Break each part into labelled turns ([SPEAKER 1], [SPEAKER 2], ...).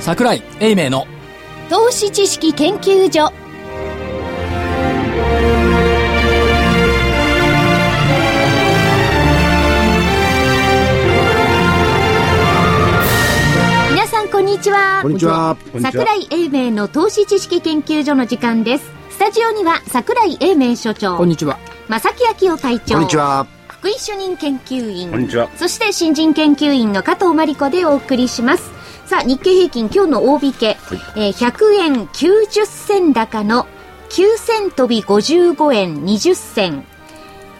[SPEAKER 1] 桜井英明の
[SPEAKER 2] 投資知識研究所皆さんこんにちは
[SPEAKER 3] こんにちは
[SPEAKER 4] こんにちは
[SPEAKER 2] 桜井英明の投資知識研究所の時間ですスタジオには桜井英明所長
[SPEAKER 1] こんにちは
[SPEAKER 2] 正木昭夫隊長
[SPEAKER 3] こんにちは。
[SPEAKER 2] 福井主任研究員
[SPEAKER 4] こんにちは
[SPEAKER 2] そして新人研究員の加藤真理子でお送りしますさあ日経平均今日の大引け、えー100円90銭高の9000飛び55円20銭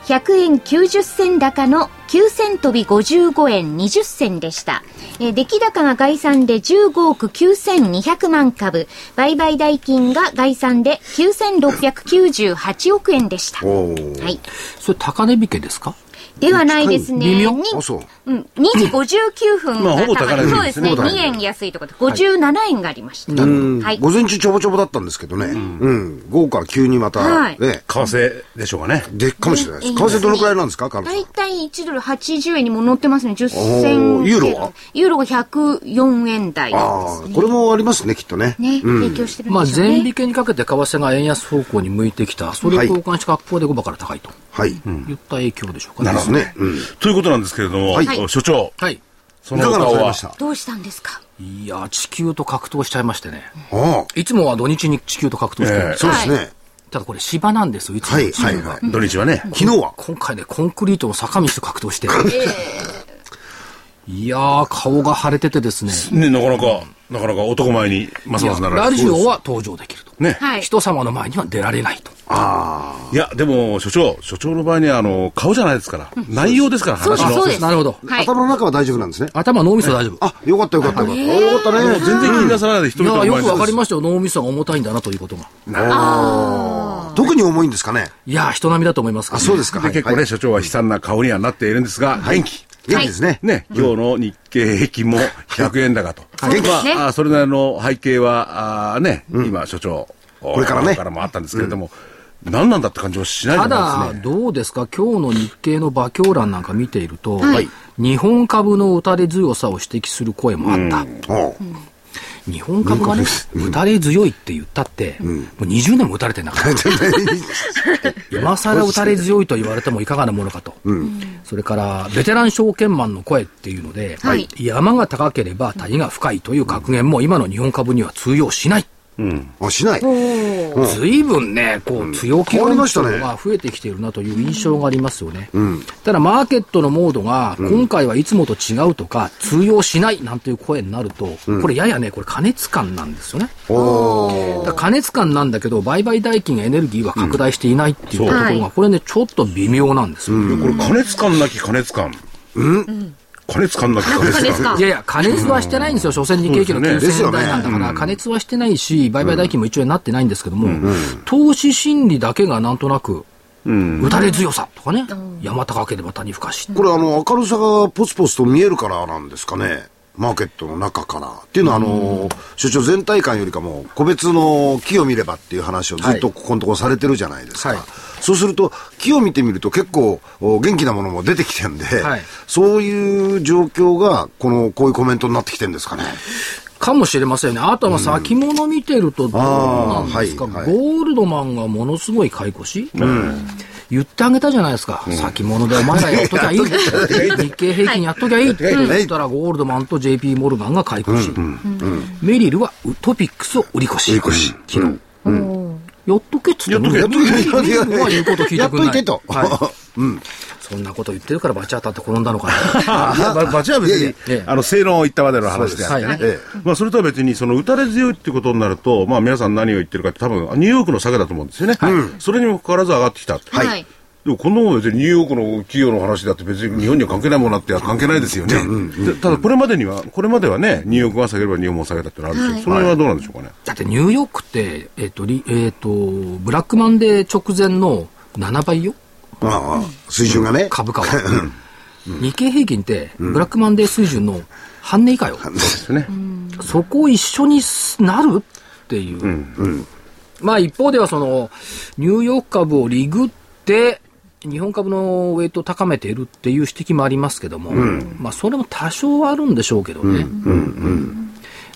[SPEAKER 2] 100円90銭高の9000飛び55円20銭でした。えー出来高が概算で15億9200万株、売買代金が概算で9698億円でした。
[SPEAKER 3] お
[SPEAKER 2] はい。
[SPEAKER 1] それ高値引けですか
[SPEAKER 2] ではないですね。
[SPEAKER 1] 微妙
[SPEAKER 2] に
[SPEAKER 3] あそう
[SPEAKER 2] うん、2時59分
[SPEAKER 4] まあ
[SPEAKER 2] が
[SPEAKER 4] ほぼ
[SPEAKER 2] 高
[SPEAKER 4] 高
[SPEAKER 2] 値
[SPEAKER 4] 値
[SPEAKER 2] そうですね。
[SPEAKER 3] ほぼ高
[SPEAKER 2] 2
[SPEAKER 3] 値
[SPEAKER 2] 円安いところで57円がありました。
[SPEAKER 3] うん
[SPEAKER 2] はい。
[SPEAKER 3] 午前中ちょぼちょぼだったんですけどね。うん。午後から急にま
[SPEAKER 2] は
[SPEAKER 3] た、
[SPEAKER 2] い
[SPEAKER 3] ね、
[SPEAKER 4] 為替でしょうかね。
[SPEAKER 3] でっかもしれないです。為
[SPEAKER 2] ね
[SPEAKER 3] 替どのくらいなんですか、カルさ
[SPEAKER 2] 大
[SPEAKER 3] ん。
[SPEAKER 2] 体1ドル80円にも乗ってますね。10銭。
[SPEAKER 3] おーユーロは
[SPEAKER 2] ユーロが104円台
[SPEAKER 3] あ
[SPEAKER 2] です
[SPEAKER 3] あ、これもありますね、きっとね。
[SPEAKER 2] ね。ね、提供してるん
[SPEAKER 1] まあ
[SPEAKER 2] でしょうね。
[SPEAKER 1] 全引けにかけて為替が円安方向に向いてきたそれを交換して格好で5場から高いと
[SPEAKER 3] はい。
[SPEAKER 1] いった影響でしょうか
[SPEAKER 3] な
[SPEAKER 1] ね
[SPEAKER 3] るほどね。うん。
[SPEAKER 4] ということなんですけれども、
[SPEAKER 3] はい
[SPEAKER 4] お所長、
[SPEAKER 1] はい
[SPEAKER 4] そ
[SPEAKER 3] い
[SPEAKER 4] の
[SPEAKER 3] かが
[SPEAKER 4] 他
[SPEAKER 3] なさい
[SPEAKER 4] は
[SPEAKER 3] まし、た
[SPEAKER 2] どうしたんですか
[SPEAKER 1] いやー地球と格闘しちゃいましてね
[SPEAKER 3] ああ、
[SPEAKER 1] いつもは土日に地球と格闘してるんです、
[SPEAKER 3] そうですね。
[SPEAKER 1] ただこれ芝なんですよいつも、
[SPEAKER 3] はい、はい、はい。
[SPEAKER 4] 土日はね、
[SPEAKER 3] 昨日は
[SPEAKER 1] 今回ねコンクリートの坂道と格闘していやー顔が腫れててですね
[SPEAKER 4] ね、なかなか、なかなか男前にますますならない
[SPEAKER 1] ラジオは登場できると、
[SPEAKER 4] ね。
[SPEAKER 2] はい。
[SPEAKER 1] 人様の前には出られないと
[SPEAKER 3] あ
[SPEAKER 4] いや、でも、所長、所長の場合には、あの、顔じゃないですから、内容ですから、
[SPEAKER 2] そうで
[SPEAKER 4] 話
[SPEAKER 2] す、
[SPEAKER 4] の。
[SPEAKER 2] そうです。
[SPEAKER 1] なるほど
[SPEAKER 3] あ、
[SPEAKER 2] はい。
[SPEAKER 3] 頭の中は大丈夫なんですね。
[SPEAKER 1] 頭脳みそ大丈夫
[SPEAKER 3] あ、よかったよかったよかった。あよかったね。
[SPEAKER 4] 全然気になさらないで、
[SPEAKER 1] い
[SPEAKER 4] 人
[SPEAKER 1] や
[SPEAKER 4] 々
[SPEAKER 1] ー
[SPEAKER 4] の
[SPEAKER 1] よ
[SPEAKER 4] 前
[SPEAKER 1] くわかり
[SPEAKER 4] に。
[SPEAKER 1] ましたよ脳みそが重たいんだなということが
[SPEAKER 3] 特に重いんですかね。
[SPEAKER 1] いやー人並みだと思いますか
[SPEAKER 3] あ、
[SPEAKER 1] ら、
[SPEAKER 3] そうですか。は
[SPEAKER 4] で
[SPEAKER 3] い
[SPEAKER 4] 結構
[SPEAKER 3] は
[SPEAKER 4] ね、
[SPEAKER 3] い
[SPEAKER 4] 所長は悲惨な顔にはなっているんですが、元気。
[SPEAKER 3] 元気ですね。
[SPEAKER 4] ね、今日の日経平均も100円高と。
[SPEAKER 2] はい元気ですね
[SPEAKER 4] まああ、それなりの背景は、あーね、今、所長、こ
[SPEAKER 3] れからね
[SPEAKER 4] もあったんですけれども、何なんだって感じはしない
[SPEAKER 1] た
[SPEAKER 4] でも
[SPEAKER 1] だ
[SPEAKER 4] ですね。
[SPEAKER 1] どうですか今日の日経の馬強欄なんか見ていると、
[SPEAKER 2] はい
[SPEAKER 1] 日本株の打たれ強さを指摘する声もあった、
[SPEAKER 3] おう
[SPEAKER 1] 日本株がね、打たれ強いって言ったって、もう20年も打たれてなかった。今更打たれ強いと言われてもいかがなものかと。それから、ベテラン証券マンの声っていうので、
[SPEAKER 2] はい
[SPEAKER 1] 山が高ければ谷が深いという格言も今の日本株には通用しない。
[SPEAKER 3] あ、しない。
[SPEAKER 1] ずいぶんね、こう、強気
[SPEAKER 3] 変わり
[SPEAKER 1] 論
[SPEAKER 3] ました
[SPEAKER 1] 調
[SPEAKER 3] ね
[SPEAKER 1] が増えてきているなという印象がありますよね。ただ、マーケットのモードが、今回はいつもと違うとか、通用しないなんていう声になると、これややね、これ過熱感なんですよね。
[SPEAKER 3] おー
[SPEAKER 1] だから加熱感なんだけど、売買代金やエネルギーは拡大していないっていうところが、
[SPEAKER 2] そうはい
[SPEAKER 1] これね、ちょっと微妙なんですよ。
[SPEAKER 4] これ、加熱感なき加熱感。加熱感なき加
[SPEAKER 2] そうで
[SPEAKER 4] 熱
[SPEAKER 2] す
[SPEAKER 4] 感。
[SPEAKER 2] か
[SPEAKER 1] い。やいや、加熱はしてないんですよ、所詮日経平均の
[SPEAKER 4] そう
[SPEAKER 3] です
[SPEAKER 1] 9000
[SPEAKER 3] よ
[SPEAKER 1] 円
[SPEAKER 3] ね
[SPEAKER 1] 台なんだから、加熱はしてないし、売買代金も一応になってないんですけども、投資心理だけがなんとなく、打たれ強さとかね、山高ければ谷深し、
[SPEAKER 3] これあの明るさがポツポツと見えるからなんですかねマーケットの中からっていうのはあの所長全体感よりかも個別の木を見ればっていう話をずっとここのところされてるじゃないですか、
[SPEAKER 1] はい
[SPEAKER 3] そうすると木を見てみると結構お元気なものも出てきてんで、
[SPEAKER 1] はい
[SPEAKER 3] そういう状況がこのこういうコメントになってきてるんですかね
[SPEAKER 1] かもしれませんね。あとは先物見てるとどうなんですか、
[SPEAKER 3] あーはいはい
[SPEAKER 1] ゴールドマンがものすごい買い越し、言ってあげたじゃないですか。先物でお前らやっときゃいいって。日経平均やっときゃいいって
[SPEAKER 3] はい
[SPEAKER 1] 言ったら、ゴールドマンと JP モルガンが買い越し。メリルはトピックスを売り越し。
[SPEAKER 3] 売り越し
[SPEAKER 1] 昨日。やっとけっつって。
[SPEAKER 3] やっとけ
[SPEAKER 1] メリルは言うこと聞いてくんない。
[SPEAKER 3] やっといてと
[SPEAKER 1] はいそんなこと言ってるからバチ当たって転んだのか な。
[SPEAKER 4] あいやババチは別
[SPEAKER 3] いや
[SPEAKER 4] に
[SPEAKER 3] い
[SPEAKER 1] や、
[SPEAKER 4] あの、正論を言ったまでの話であっ
[SPEAKER 1] はい
[SPEAKER 4] て
[SPEAKER 1] はい
[SPEAKER 4] ね。
[SPEAKER 3] え
[SPEAKER 4] まあ、それとは別に、その、打たれ強いってことになると、まあ、皆さん何を言ってるかって、多分、ニューヨークの下げだと思うんですよね。それにもかかわらず上がってきた。
[SPEAKER 2] はい
[SPEAKER 4] でも、こんなもん別にニューヨークの企業の話だって別に日本には関係ないものだって関係ないですよね。でただ、これまでには、これまではね、ニューヨークが下げれば日本も下げたってのはあるんですけど、その辺はどうなんでしょうかね。
[SPEAKER 1] だってニューヨークって、えっ、と、リえっ、と、ブラックマンデー直前の7倍よ、
[SPEAKER 3] まあまあ水準がね、
[SPEAKER 1] 株価は。日経平均って、ブラックマンデー水準の半値以下よ。
[SPEAKER 4] ですね。
[SPEAKER 1] そこを一緒にすなるっていう。まあ一方ではその、ニューヨーク株をリグって、日本株のウェイトを高めているっていう指摘もありますけども、まあそれも多少はあるんでしょうけどね。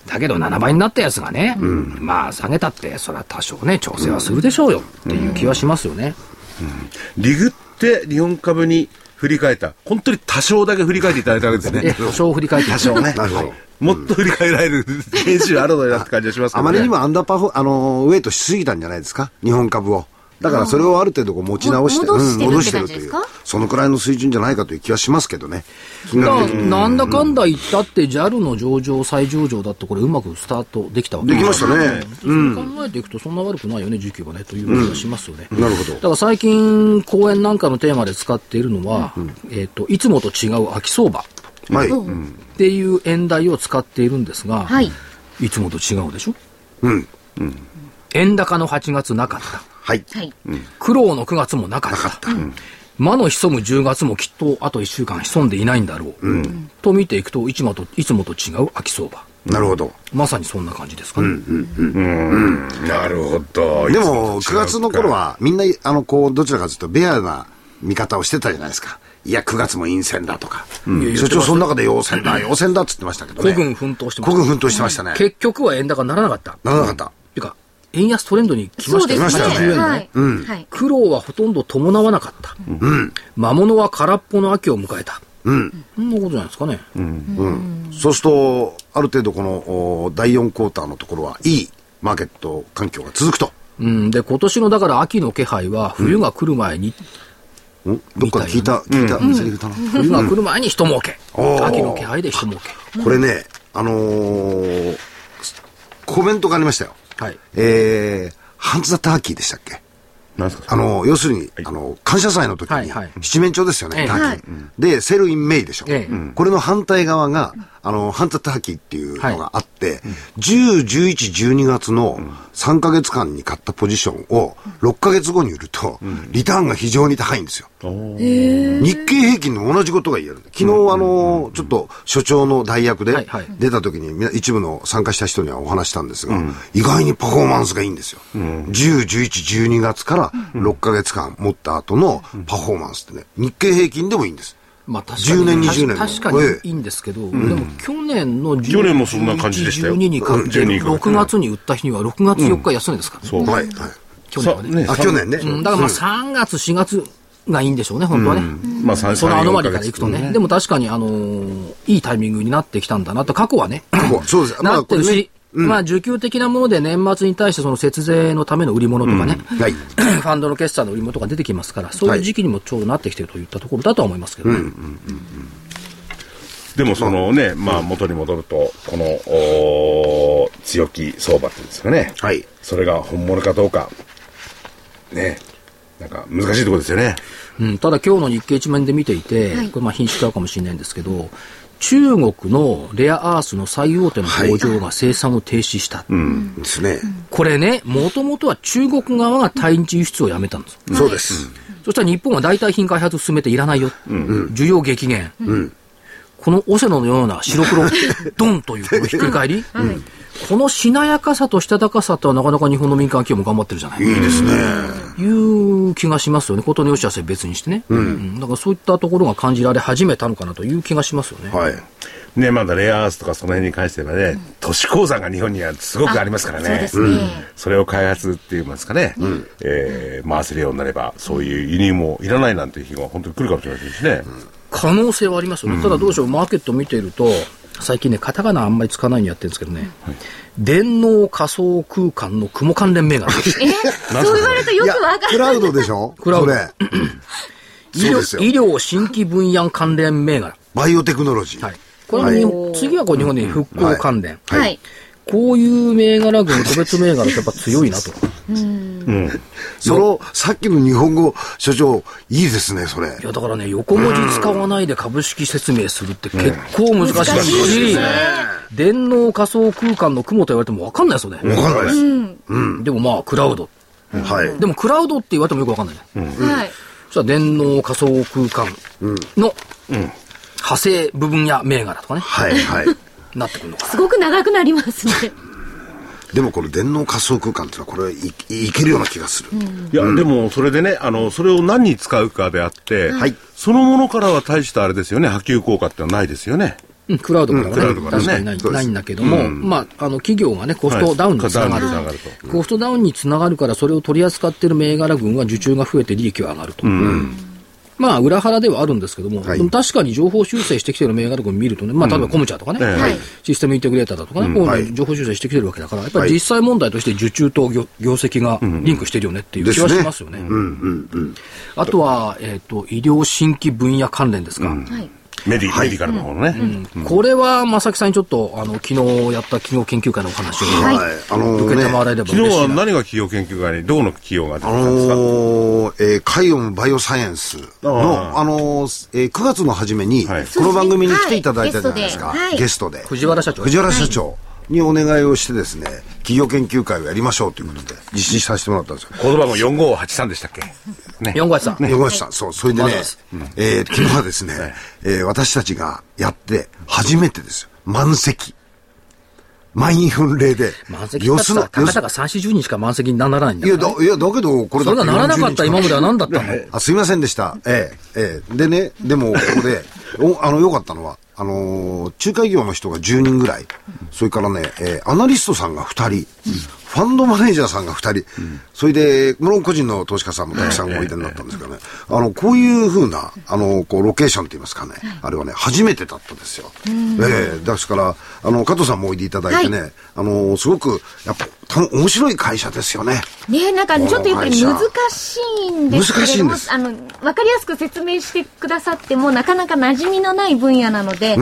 [SPEAKER 1] だけど7倍になったやつがね、うん、まあ下げたって、それは多少ね、調整はするでしょうよっていう気はしますよね。
[SPEAKER 4] うん、うん、リグって日本株に振り返った、本当に多少だけ振り返っていただいたわけですね。
[SPEAKER 1] 多少振り返って、
[SPEAKER 4] 多少ね。なるほど。もっと振り返られる練習あるのになって感じがしますけど、
[SPEAKER 3] ね、あまりにもアンダーパフォ、あのー、ウェイトしすぎたんじゃないですか、日本株を。だからそれをある程度こう持ち直して、
[SPEAKER 2] 戻してる,、うん、
[SPEAKER 3] して
[SPEAKER 2] るという、
[SPEAKER 3] そのくらいの水準じゃないかという気はしますけどね。
[SPEAKER 1] なんだかんだ言ったって、JAL の上場、再上場だって、これ、うまくスタートできたわけ
[SPEAKER 3] できましたね。
[SPEAKER 1] うん、そう考えていくと、そんな悪くないよね、需給がね、という気がしますよね。
[SPEAKER 3] うん、なるほど。だ
[SPEAKER 1] から最近、講演なんかのテーマで使っているのは、うん、えっ、と、いつもと違う秋相場。
[SPEAKER 3] はい。
[SPEAKER 1] っていう演題を使っているんですが、はい。いつもと違うでしょ
[SPEAKER 3] うん。うん。
[SPEAKER 1] 円高の8月なかった。
[SPEAKER 3] はい。
[SPEAKER 1] 苦労の9月もなかった。ったうん、魔の潜む10月もきっとあと1週間潜んでいないんだろう。うん、と見ていくといつもと、いつもと違う秋相場。
[SPEAKER 3] なるほど。
[SPEAKER 1] まさにそんな感じですかね。
[SPEAKER 4] なるほど。
[SPEAKER 3] でも、9月の頃は、みんな、あの、こう、どちらかというと、ベアな見方をしてたじゃないですか。いや、9月も陰線だとか。うん、所長、その中で陽線だ、陽線だっつってましたけどね。
[SPEAKER 1] 孤軍奮闘してま
[SPEAKER 3] した。孤軍奮闘してましたね。
[SPEAKER 1] 結局は円高ならなかった。
[SPEAKER 3] ならなかった。
[SPEAKER 1] っていうか、円安トレンドに来ましたよね。、
[SPEAKER 2] ねはい、うん
[SPEAKER 1] 苦労はほとんど伴わなかった。
[SPEAKER 3] うん、
[SPEAKER 1] 魔物は空っぽの秋を迎えた。
[SPEAKER 3] うん。
[SPEAKER 1] そんなことじゃないですかね。
[SPEAKER 3] うん。うん、うん、そうすると、ある程度この第4クォーターのところはいいマーケット環境が続くと。
[SPEAKER 1] うん。で、今年のだから秋の気配は冬が来る前に、
[SPEAKER 3] うん、どっかで聞いた、聞いた、セリフだな。
[SPEAKER 1] 冬が来る前に人儲け。秋の気配で人儲
[SPEAKER 3] け。これね、あのー、コメントがありましたよ。
[SPEAKER 1] はい、
[SPEAKER 3] えー、ハンズ・ザ・ターキーでしたっけあの、要するに、あの、感謝祭の時に、七面鳥ですよね、ターキー。で、セルイン・メイでしょ。これの反対側が、あの、ハンタ・ターキーっていうのがあって、10、11、12月の3か月間に買ったポジションを、6か月後に売ると、リターンが非常に高いんですよ。日経平均の同じことが言える。昨日、あの、ちょっと、所長の代役で出た時に、一部の参加した人にはお話したんですが、意外にパフォーマンスがいいんですよ。10、11、12月から、6か月間持った後のパフォーマンスってね、日経平均でもいいんです。
[SPEAKER 1] まあ確
[SPEAKER 3] かに10年、20年
[SPEAKER 1] 確かにいいんですけど、でも去年の
[SPEAKER 4] 10年もそんな感じでしたよ。
[SPEAKER 1] 12に買って、6月に売った日には6月4日休みですからね。
[SPEAKER 3] そう。はい。
[SPEAKER 1] 去年はね。
[SPEAKER 3] あ、去年ね。
[SPEAKER 1] だからまあ3月、4月がいいんでしょうね、本当はね。
[SPEAKER 4] まあ3
[SPEAKER 1] そのアノマリからいくとね。でも確かに、あの、いいタイミングになってきたんだなと、過去はね。
[SPEAKER 3] そうです。
[SPEAKER 1] なってるし。うん、まあ、需給的なもので年末に対してその節税のための売り物とかね、うん
[SPEAKER 3] はい、
[SPEAKER 1] ファンドの決算の売り物とか出てきますから、そういう時期にもちょうどなってきてるといったところだとは思いますけどね。うんうんうんうん
[SPEAKER 4] でもそのね、まあ元に戻ると、この、お強気相場っていうんですかね。
[SPEAKER 3] はい。
[SPEAKER 4] それが本物かどうか、ね、なんか難しいところですよね。
[SPEAKER 1] うん、ただ今日の日経一面で見ていて、はい、これまあ品種違うかもしれないんですけど、中国のレアアースの最大手の工場が生産を停止した。はい
[SPEAKER 3] うん、ですね。
[SPEAKER 1] これね、もともとは中国側が対日輸出をやめたんです。
[SPEAKER 3] うん、そうです。
[SPEAKER 1] そしたら日本は代替品開発を進めていらないよ。うんうん、需要激減。
[SPEAKER 3] うん、
[SPEAKER 1] このオセロのような白 黒、ドンというこのひっくり返り。うんこのしなやかさとしたたかさとはなかなか日本の民間企業も頑張ってるじゃない
[SPEAKER 3] いいですね。
[SPEAKER 1] いう気がしますよね。ことの良し悪しは別にしてね。
[SPEAKER 3] うん。
[SPEAKER 1] だからそういったところが感じられ始めたのかなという気がしますよね。
[SPEAKER 3] はい。
[SPEAKER 4] ね、まだレアアースとかその辺に関してはね、都市鉱山が日本にはすごくありますからね。そう
[SPEAKER 2] ですね。
[SPEAKER 4] それを開発って言いますかね、
[SPEAKER 3] うん、
[SPEAKER 4] えー、回せるようになれば、そういう輸入もいらないなんていう日が本当に来るかもしれないですね。
[SPEAKER 1] 可能性はありますよね。ただどうしよう、マーケット見ていると、最近ね、カタカナあんまり使わないようにやってるんですけどね、はい、電脳仮想空間の雲関連銘柄。
[SPEAKER 2] えそう言われるとよくわかる。
[SPEAKER 3] クラウドでしょ
[SPEAKER 1] クラウド。医療医療新規分野関連銘柄。
[SPEAKER 3] バイオテクノロジー。
[SPEAKER 1] はい。これも、次はこう日本で復興関連。
[SPEAKER 2] はい。はい
[SPEAKER 1] こういう銘柄群、個別銘柄ってやっぱ強いなと。
[SPEAKER 2] うん。
[SPEAKER 3] その、さっきの日本語、所長、いいですね、それ。
[SPEAKER 1] いや、だからね、横文字使わないで株式説明するって結構難しいし、電脳仮想空間の雲と言われても分かんないですよね。
[SPEAKER 3] 分かんないです。
[SPEAKER 1] うん。でもまあ、クラウド。
[SPEAKER 3] はい。
[SPEAKER 1] でも、クラウドって言われてもよく分かんない
[SPEAKER 2] じゃん。はい。
[SPEAKER 1] そしたら、電脳仮想空間の、派生部分や銘柄とかね。
[SPEAKER 3] はい、はい。
[SPEAKER 1] なってくるの
[SPEAKER 2] すごく長くなりますね
[SPEAKER 3] でもこの電脳仮想空間っていうのはこれいいけるような気がする、うん、
[SPEAKER 4] いや、うん、でもそれでねあのそれを何に使うかであって、
[SPEAKER 3] はい、
[SPEAKER 4] そのものからは大したあれですよね波及効果ってのはないですよね
[SPEAKER 1] うん、クラウドからはね、
[SPEAKER 4] うんクラウドからね
[SPEAKER 1] 確かにない,、
[SPEAKER 3] そうで
[SPEAKER 1] な
[SPEAKER 3] す
[SPEAKER 1] いんだけども、まあ、あの企業がね、コストダウンにつながる、
[SPEAKER 4] はいダウンにつながると
[SPEAKER 1] コストダウンにつながるから、それを取り扱っている銘柄群は受注が増えて利益は上がると。まあ、裏腹ではあるんですけども、
[SPEAKER 3] はい
[SPEAKER 1] でも確かに情報修正してきてる銘柄群見るとね、まあ、例えばコムチャとかね、
[SPEAKER 4] ええ
[SPEAKER 2] はい
[SPEAKER 1] システムインテグレーターだとかね、こういうの
[SPEAKER 3] はい
[SPEAKER 1] 情報修正してきてるわけだから、やっぱり実際問題として受注と業業績がリンクしてるよねっていう気はしますよね。あとは、えっ、と、医療新規分野関連ですか。
[SPEAKER 2] はい。
[SPEAKER 4] メディ、メディカルの方のね。
[SPEAKER 1] これは、正木さんにちょっと、あの、昨日やった企業研究会のお話を、
[SPEAKER 2] はい
[SPEAKER 3] あの
[SPEAKER 1] 受
[SPEAKER 3] ー
[SPEAKER 1] けて
[SPEAKER 3] ね、
[SPEAKER 1] もらえれば
[SPEAKER 4] 昨日
[SPEAKER 1] 嬉し
[SPEAKER 4] はい
[SPEAKER 1] な。
[SPEAKER 4] 何が企業研究会に、どこの企業が出て
[SPEAKER 3] あ
[SPEAKER 4] きたんですか
[SPEAKER 3] のーえーカイオムバイオサイエンス
[SPEAKER 4] あ
[SPEAKER 3] の、
[SPEAKER 4] ー
[SPEAKER 3] あのーえー9月の初めに、
[SPEAKER 4] はい
[SPEAKER 3] この番組に来ていただいたじゃないですか、
[SPEAKER 2] はい
[SPEAKER 3] ゲストで。
[SPEAKER 1] 藤原社長。
[SPEAKER 3] 藤原社長にお願いをしてですね、企業研究会をやりましょうということで、実施させてもらったんですよ。
[SPEAKER 4] 言葉も4583でしたっけね。
[SPEAKER 1] 四月さん。
[SPEAKER 3] 横橋さん、そう、それで
[SPEAKER 1] ま
[SPEAKER 3] ね
[SPEAKER 1] だです、
[SPEAKER 3] えー昨日はですね、えー私たちがやって、初めてですよ。満席。満員御礼で。
[SPEAKER 1] 満席だったら、た
[SPEAKER 3] よ
[SPEAKER 1] か
[SPEAKER 3] そ
[SPEAKER 1] たか3、40人しか満席にならないんだ
[SPEAKER 3] い
[SPEAKER 1] か
[SPEAKER 3] や、
[SPEAKER 1] ら、
[SPEAKER 3] だ
[SPEAKER 1] ね。、
[SPEAKER 3] いや、だけど、これ
[SPEAKER 1] それ
[SPEAKER 3] だって
[SPEAKER 1] がならなかった
[SPEAKER 3] 40
[SPEAKER 1] 今までは
[SPEAKER 3] 近く
[SPEAKER 1] 何だったの
[SPEAKER 3] あ、すいませんでした。ええ、ええ。でね、でも、ここで、おあの、良かったのは、あのー仲介業の人が10人ぐらい、それからね、えーアナリストさんが2人、ファンドマネージャーさんが2人、それで、もろん個人の投資家さんもたくさんおいでになったんですけどね、あの、こういうふうな、あの、こう、ロケーションといいますかね、あれはね、初めてだったですよ。ええ、ですから、あの、加藤さんもおいでいただいてね、
[SPEAKER 2] は
[SPEAKER 3] あの、すごく、やっぱ、た面白い会社ですよね。
[SPEAKER 2] ねなんかちょっとやっぱり難しいんですけれども
[SPEAKER 3] 難しいんです
[SPEAKER 2] あのわかりやすく説明してくださってもなかなか馴染みのない分野なので、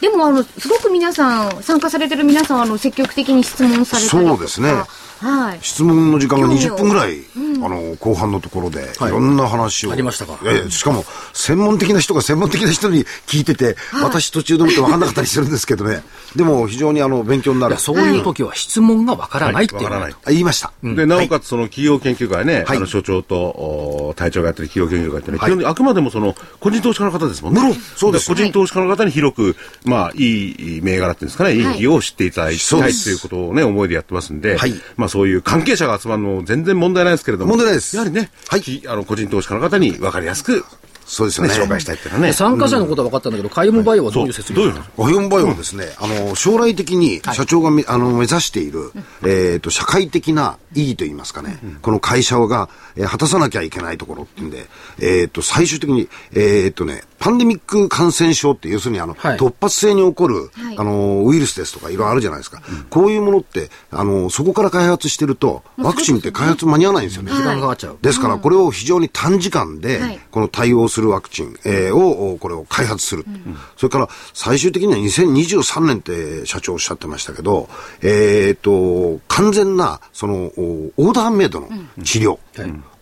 [SPEAKER 2] でもあのすごく皆さん参加されてる皆さんはあの積極的に質問されたりとか
[SPEAKER 3] そうですね
[SPEAKER 2] はい
[SPEAKER 3] 質問の時間が
[SPEAKER 2] 興味を
[SPEAKER 3] 20分ぐらい、あの後半のところで、い、ろんな話を
[SPEAKER 1] ありましたか
[SPEAKER 3] ええしかも専門的な人が専門的な人に聞いてて、私途中で見て分かんなかったりするんですけどねでも非常にあの勉強にないる
[SPEAKER 1] やそういう時は質問がわからないっていうのが、
[SPEAKER 4] はいわからない
[SPEAKER 3] あ言いました、
[SPEAKER 4] で、なおかつその企業研究会ね、
[SPEAKER 3] はい
[SPEAKER 4] あの所長とお隊長がやってる企業研究会ってね、基本的にあくまでもその個人投資家の方ですもんね。そうです。個人投資家の方に広く、まあ、いいいい銘柄っていうんですかね、いい企業を知っていただき
[SPEAKER 3] そう
[SPEAKER 4] た
[SPEAKER 3] で
[SPEAKER 4] い
[SPEAKER 3] す
[SPEAKER 4] ということをね、思いでやってますんで、
[SPEAKER 3] はい
[SPEAKER 4] まあそういう関係者が集まるのも全然問題ないですけれども、
[SPEAKER 3] 問題ないです
[SPEAKER 4] やはりね、
[SPEAKER 3] はい
[SPEAKER 4] きあの個人投資家の方に分かりやすく、ね、
[SPEAKER 3] そうですよね
[SPEAKER 4] 紹介したいっていうのはね。
[SPEAKER 1] 参加者のことは分かったんだけど、海運バイオはどういう説
[SPEAKER 4] どうい
[SPEAKER 1] 明
[SPEAKER 4] うの
[SPEAKER 3] オヒョンバイオはですね、あの、将来的に社長がみ、あの、目指している、えっ、と、社会的な意義といいますかね、この会社が、えー果たさなきゃいけないところっていうんで、えっ、と、最終的に、えっ、とね、パンデミック感染症って、要するにあの、
[SPEAKER 1] はい
[SPEAKER 3] 突発性に起こる、
[SPEAKER 2] はい
[SPEAKER 3] あの、ウイルスですとか、いろいろあるじゃないですか、こういうものって、あの、そこから開発してると、ワクチンって開発間に合わないんですよね。
[SPEAKER 1] 時間がかかっちゃう。
[SPEAKER 3] ですから、これを非常に短時間で
[SPEAKER 2] はい、
[SPEAKER 3] この対応するワクチン、えーを、これを開発する。それから、最終的には2023年って社長おっしゃってましたけど、えっと、完全な、その、おオーダーメイドの治療。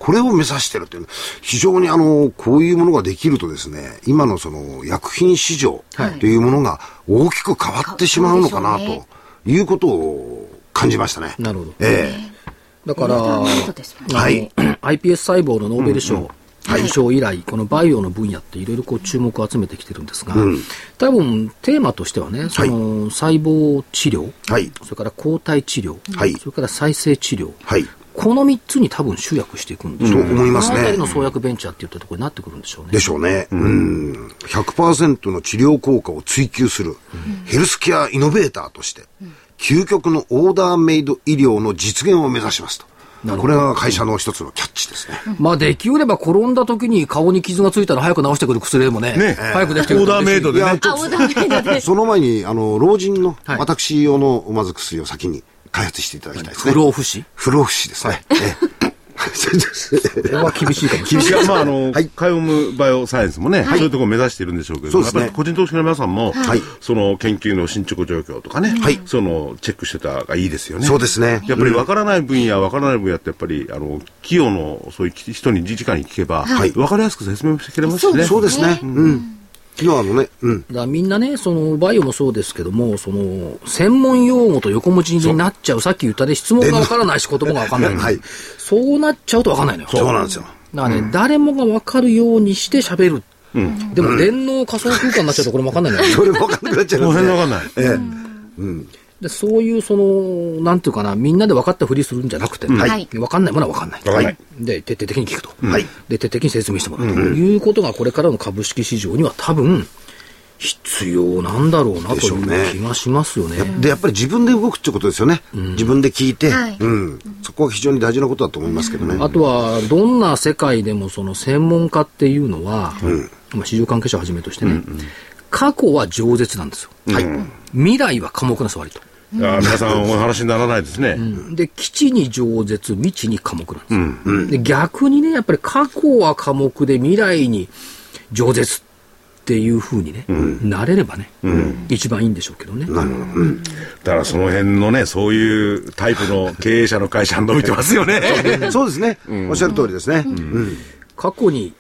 [SPEAKER 3] これを目指してるという、非常にあの、こういうものができるとですね、今のその薬品市場
[SPEAKER 1] はい
[SPEAKER 3] というものが大きく変わってしまうのかな
[SPEAKER 2] そうでしょ
[SPEAKER 3] ということを感じましたね。
[SPEAKER 1] なるほど
[SPEAKER 3] ええ
[SPEAKER 1] だから、
[SPEAKER 2] そうですね
[SPEAKER 3] は
[SPEAKER 1] はいい、iPS 細胞のノーベル賞、受賞以来、このバイオの分野っていろいろこう注目を集めてきてるんですが、多分テーマとしてはね、その細胞治療、
[SPEAKER 3] はい
[SPEAKER 1] それから抗体治療、
[SPEAKER 3] はい
[SPEAKER 1] それから再生治療、
[SPEAKER 3] はい。
[SPEAKER 1] この3つに多分集約していくんでしょ
[SPEAKER 3] と
[SPEAKER 1] う、
[SPEAKER 3] 思います
[SPEAKER 1] こ
[SPEAKER 3] ね。
[SPEAKER 1] の辺りの創薬ベンチャーっていったところになってくるんでしょうね
[SPEAKER 3] で。しょうね。うん。100%の治療効果を追求する、ヘルスケアイノベーターとして、究極のオーダーメイド医療の実現を目指しますと。これが会社の一つのキャッチですね。
[SPEAKER 1] まあ、できうれば転んだ時に顔に傷がついたら早く治してくる薬でもね、
[SPEAKER 4] ね
[SPEAKER 1] 早くできてく
[SPEAKER 4] オ
[SPEAKER 1] る
[SPEAKER 4] ー
[SPEAKER 1] と
[SPEAKER 4] ダ
[SPEAKER 1] 嬉し
[SPEAKER 4] ー
[SPEAKER 1] い
[SPEAKER 4] メイドでね。
[SPEAKER 2] あオーダーメイド で
[SPEAKER 3] その前に、あの、老人の、
[SPEAKER 1] はい
[SPEAKER 3] 私用のまず薬を先に開発していただきたいですね。
[SPEAKER 1] 不老不死。
[SPEAKER 3] 不老不死ですね。ええ
[SPEAKER 1] これは厳しいかもしれない。
[SPEAKER 4] 厳しい。まあ、あの、
[SPEAKER 3] はい
[SPEAKER 4] カイオムバイオサイエンスもね、そういうところを目指してるんでしょうけど、
[SPEAKER 3] そうですね
[SPEAKER 4] やっぱり個人投資家の皆さんも、
[SPEAKER 3] はい
[SPEAKER 4] その研究の進捗状況とかね、
[SPEAKER 3] はい
[SPEAKER 4] そのチェックしてた方がいいですよね。
[SPEAKER 3] そうですね。
[SPEAKER 4] やっぱり分からない分野、分からない分野って、やっぱり、あの、企業の、そういう人に直に聞けば、
[SPEAKER 3] はい
[SPEAKER 4] 分かりやすく説明してくれますしね。
[SPEAKER 3] そうですね。うん。昨日あのね、うん。
[SPEAKER 1] だからみんなね、そのバイオもそうですけども、その専門用語と横文字になっちゃう、さっき言ったね、質問がわからないし、言葉がわかんない、
[SPEAKER 3] はい
[SPEAKER 1] そうなっちゃうとわかんないのよ。
[SPEAKER 3] そうなんですよ。
[SPEAKER 1] だからね、誰もがわかるようにして喋る、でも、電脳仮想空間になっちゃうと、これもわかんないのよ。
[SPEAKER 3] それ分かんなくなっちゃい
[SPEAKER 4] この
[SPEAKER 3] ま
[SPEAKER 4] 辺分
[SPEAKER 3] すね。
[SPEAKER 4] かんない。
[SPEAKER 3] ええ
[SPEAKER 1] でそういうその、なんていうかな、みんなで分かったふりするんじゃなくて、
[SPEAKER 2] は
[SPEAKER 1] はい分かんないものは分かんない。
[SPEAKER 3] わかんない
[SPEAKER 1] で、徹底的に聞くと。
[SPEAKER 3] はい
[SPEAKER 1] で、徹底的に説明してもらうということが、これからの株式市場には多分、必要なんだろうなという気がしますよね。
[SPEAKER 3] で,ねで、やっぱり自分で動くってことですよね。うん、自分で聞いて、
[SPEAKER 5] はい
[SPEAKER 3] うん、そこは非常に大事なことだと思いますけどね。
[SPEAKER 1] あとは、どんな世界でもその専門家っていうのは、まあ市場関係者をはじめとしてね、うんうん、過去は饒舌なんですよ。
[SPEAKER 3] はい、
[SPEAKER 1] 未来は寡黙な触りと。、
[SPEAKER 4] あ皆さんお話にならないですね。うん
[SPEAKER 1] で、基地に饒舌、未知に寡黙なんです、うんうん、で。逆にね、やっぱり過去は寡黙で未来に饒舌っていうふうにね、うん、なれればね、うん、一番いいんでしょうけどね。
[SPEAKER 3] なるほど。うん、
[SPEAKER 4] だからその辺のね、そういうタイプの経営者の会社伸びてますよね。
[SPEAKER 3] そうですね、おっしゃる通りですね。
[SPEAKER 1] 過去に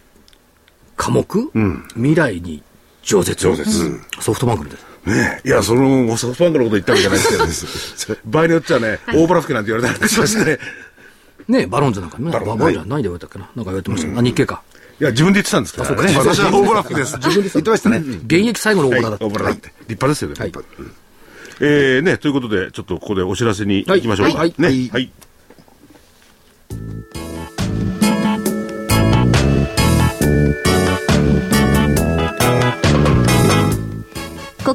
[SPEAKER 1] 寡黙、未来に饒舌。
[SPEAKER 4] 饒舌、
[SPEAKER 1] ソフトバンクです。
[SPEAKER 4] ねいや、その、ソフトバンクのこと言ったわけじゃない ですけど、場合によってはね、大ばら吹きなんて言われ たりしましてね。
[SPEAKER 1] ねバロンズなんかね、バロンズは何で言われたっけな、なんか言われてました、う日経か。
[SPEAKER 4] いや、自分で言ってたんですけど、ね、私は大ボラックです。
[SPEAKER 3] 自分で言ってましたね。現
[SPEAKER 1] 役最後の大ボラだって。
[SPEAKER 4] 大ボラだって。立派ですよね。はい。えー、ね、ということで、ちょっとここでお知らせに行きましょうか。はい。ね。はい。
[SPEAKER 5] こ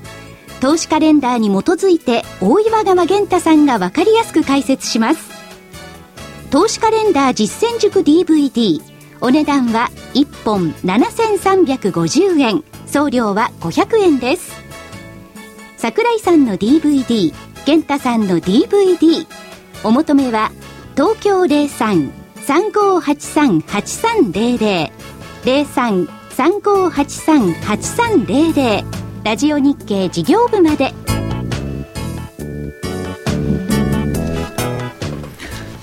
[SPEAKER 5] 投資カレンダーに基づいて大岩川源太さんが分かりやすく解説します投資カレンダー実践塾 DVD お値段は1本7350円送料は500円です桜井さんの DVD 源太さんの DVD お求めは東京03-3583-8300 03-3583-8300ラジオ日経事業部まで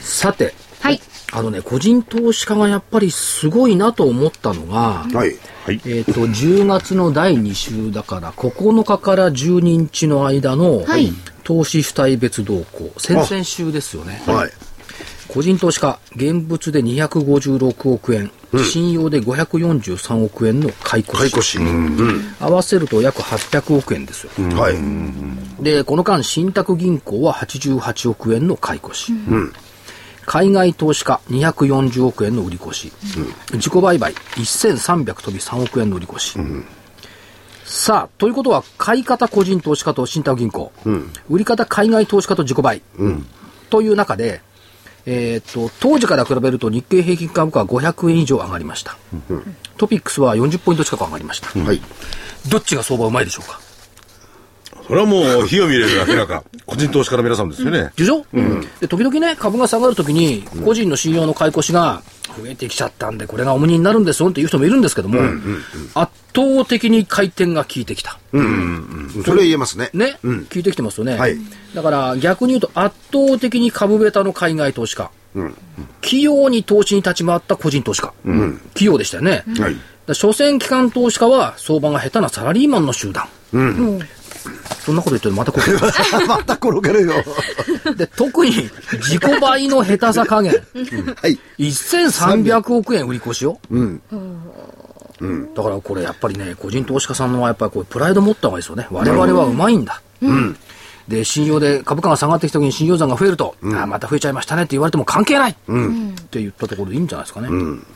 [SPEAKER 1] さて、
[SPEAKER 5] はい、
[SPEAKER 1] あのね個人投資家がやっぱりすごいなと思ったのが、
[SPEAKER 3] はい
[SPEAKER 4] はい、
[SPEAKER 1] えっ、と10月の第2週だから9日から12日の間の、
[SPEAKER 5] はい、
[SPEAKER 1] 投資主体別動向先々週ですよね。
[SPEAKER 3] はい
[SPEAKER 1] 個人投資家、現物で256億円、うん、信用で543億円の買い越し。、
[SPEAKER 3] 買い越し。うん
[SPEAKER 1] 合わせると約800億円ですよ。
[SPEAKER 3] うん、はい。
[SPEAKER 1] で、この間、信託銀行は88億円の買い越し。海外投資家240億円の売り越し。自己売買1300飛び3億円の売り越し。さあ、ということは、買い方個人投資家と信託銀行、売り方海外投資家と自己売、という中で、えーと、と当時から比べると日経平均株価は500円以上上がりました、うん、トピックスは40ポイント近く上がりました、
[SPEAKER 3] うん、はい、
[SPEAKER 1] どっちが相場うまいでしょうか
[SPEAKER 4] それはもう火を見れる明らか個人投資家の皆さんですよね、
[SPEAKER 1] でしょ、うん、で時々ね株が下がるときに個人の信用の買い越しが増えてきちゃったんでこれが重荷になるんですよっていう人もいるんですけども、圧倒的に回転が効いてきた、
[SPEAKER 3] それ言えますね
[SPEAKER 1] ね、、
[SPEAKER 3] うん
[SPEAKER 1] 効いてきてますよね、
[SPEAKER 3] はい、
[SPEAKER 1] だから逆に言うと圧倒的に株ベタの海外投資家、うん、器用に投資に立ち回った個人投資家、
[SPEAKER 3] うん、
[SPEAKER 1] 器用でしたよね、
[SPEAKER 3] はい、
[SPEAKER 1] 所詮機関投資家は相場が下手なサラリーマンの集団、
[SPEAKER 3] うん、
[SPEAKER 1] そんなこと言ってるまた転げ
[SPEAKER 3] る。また転げるよ。
[SPEAKER 1] で、特に自己倍の下手さ 加減。
[SPEAKER 3] はい。
[SPEAKER 1] 1300億円売り越しよ。
[SPEAKER 3] うん。
[SPEAKER 1] うん、だからこれやっぱりね、個人投資家さんのはやっぱりこうプライド持った方がいいですよね。我々はうまいんだ。
[SPEAKER 3] うん。
[SPEAKER 1] で、信用で株価が下がってきた時に信用残が増えると、ああ、また増えちゃいましたねって言われても関係ない、、
[SPEAKER 3] うん
[SPEAKER 1] って言ったところでいいんじゃないですかね。うん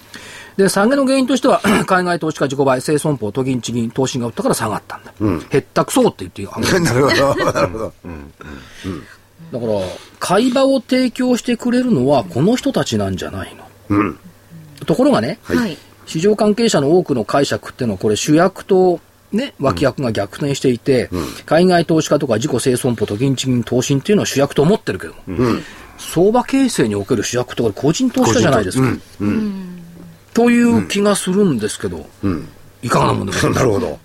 [SPEAKER 1] で、下げの原因としては、 海外投資家自己買い、生損保、都銀、地銀、投資が売ったから下がったんだ。
[SPEAKER 3] うん、
[SPEAKER 1] へったくそって言っていい
[SPEAKER 3] なるほど、なるほど。
[SPEAKER 1] だから、買い場を提供してくれるのは、この人たちなんじゃない
[SPEAKER 3] の。うん、
[SPEAKER 1] ところがね、
[SPEAKER 5] はい、
[SPEAKER 1] 市場関係者の多くの解釈っていうのは、これ主役とね、脇役が逆転していて、海外投資家とか自己生損保と現地銀投信っていうのは主役と思ってるけども、相場形成における主役とか個人投資家じゃないですか。という気がするんですけど、いかがなもんでございます
[SPEAKER 3] なるほど。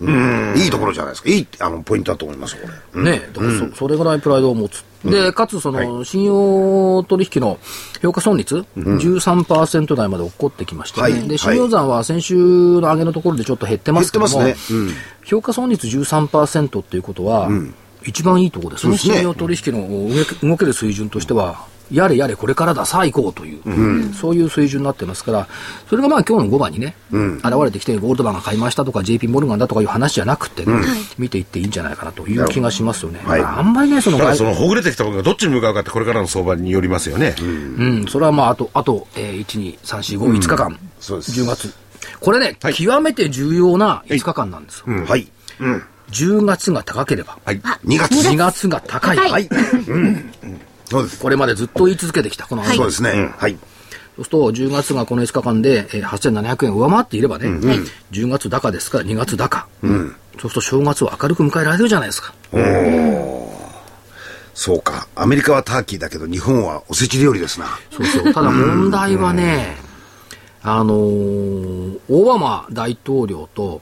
[SPEAKER 3] うん、いいところじゃないですか。いい、あの、ポイントだと思います、これ。
[SPEAKER 1] ねだからそ,、それぐらいプライドを持つ。で、かつ、その、信用取引の評価損率、13%台まで起こってきまして、
[SPEAKER 3] はい
[SPEAKER 1] で、信用残は先週の上げのところでちょっと減ってますけども、
[SPEAKER 3] 減ってますねうん
[SPEAKER 1] 評価損率13%っていうことは、一番いいところですね。
[SPEAKER 3] そうですね
[SPEAKER 1] 信用取引の動け動ける水準としては、やれやれこれからだ、さあ行こうという、そういう水準になってますから、それがまあ今日の5番にね、現れてきて、ゴールドマンが買いましたとか、JP モルガンだとかいう話じゃなくてね、見ていっていいんじゃないかなという気がしますよね。
[SPEAKER 3] はい
[SPEAKER 1] あんまりね、その
[SPEAKER 4] だからそ
[SPEAKER 1] 外
[SPEAKER 4] のほぐれてきたことがどっちに向かうかってこれからの相場によりますよね。
[SPEAKER 1] うん、それはまあ、あと、あと、えー、1、2、3、4、5、5日間、
[SPEAKER 3] そうです
[SPEAKER 1] 10月。これね、
[SPEAKER 4] はい
[SPEAKER 1] 極めて重要な5日間なんですよ。
[SPEAKER 3] はい。
[SPEAKER 1] 10月が高ければ、
[SPEAKER 4] はい。
[SPEAKER 3] 2月。
[SPEAKER 1] 2月が高い。
[SPEAKER 2] 高い
[SPEAKER 3] そうです。
[SPEAKER 1] これまでずっと言い続けてきた、この話。
[SPEAKER 3] そう
[SPEAKER 1] そう
[SPEAKER 3] ですね。はい。
[SPEAKER 1] すると、10月がこの5日間で、えー、8700円を上回っていればね、10月高ですから2月高。そうすると正月を明るく迎えられるじゃないですか。
[SPEAKER 3] そうか。アメリカはターキーだけど、日本はおせち料理ですな。
[SPEAKER 1] そうそう。ただ問題はね、あのーオバマ大統領と、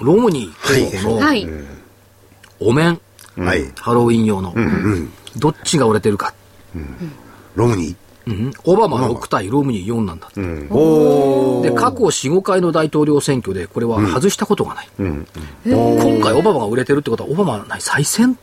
[SPEAKER 1] ロムニー候補
[SPEAKER 2] は
[SPEAKER 1] の
[SPEAKER 2] い。
[SPEAKER 1] お面、
[SPEAKER 3] はい。
[SPEAKER 1] ハロウィン用の、どっちが売れてるか。
[SPEAKER 3] ロムニー。
[SPEAKER 1] うんオバマ6対ロムニー4なんだって。で、過去4、5回の大統領選挙で、これは外したことがない。今回オバマが売れてるってことは、オバマない再選、っ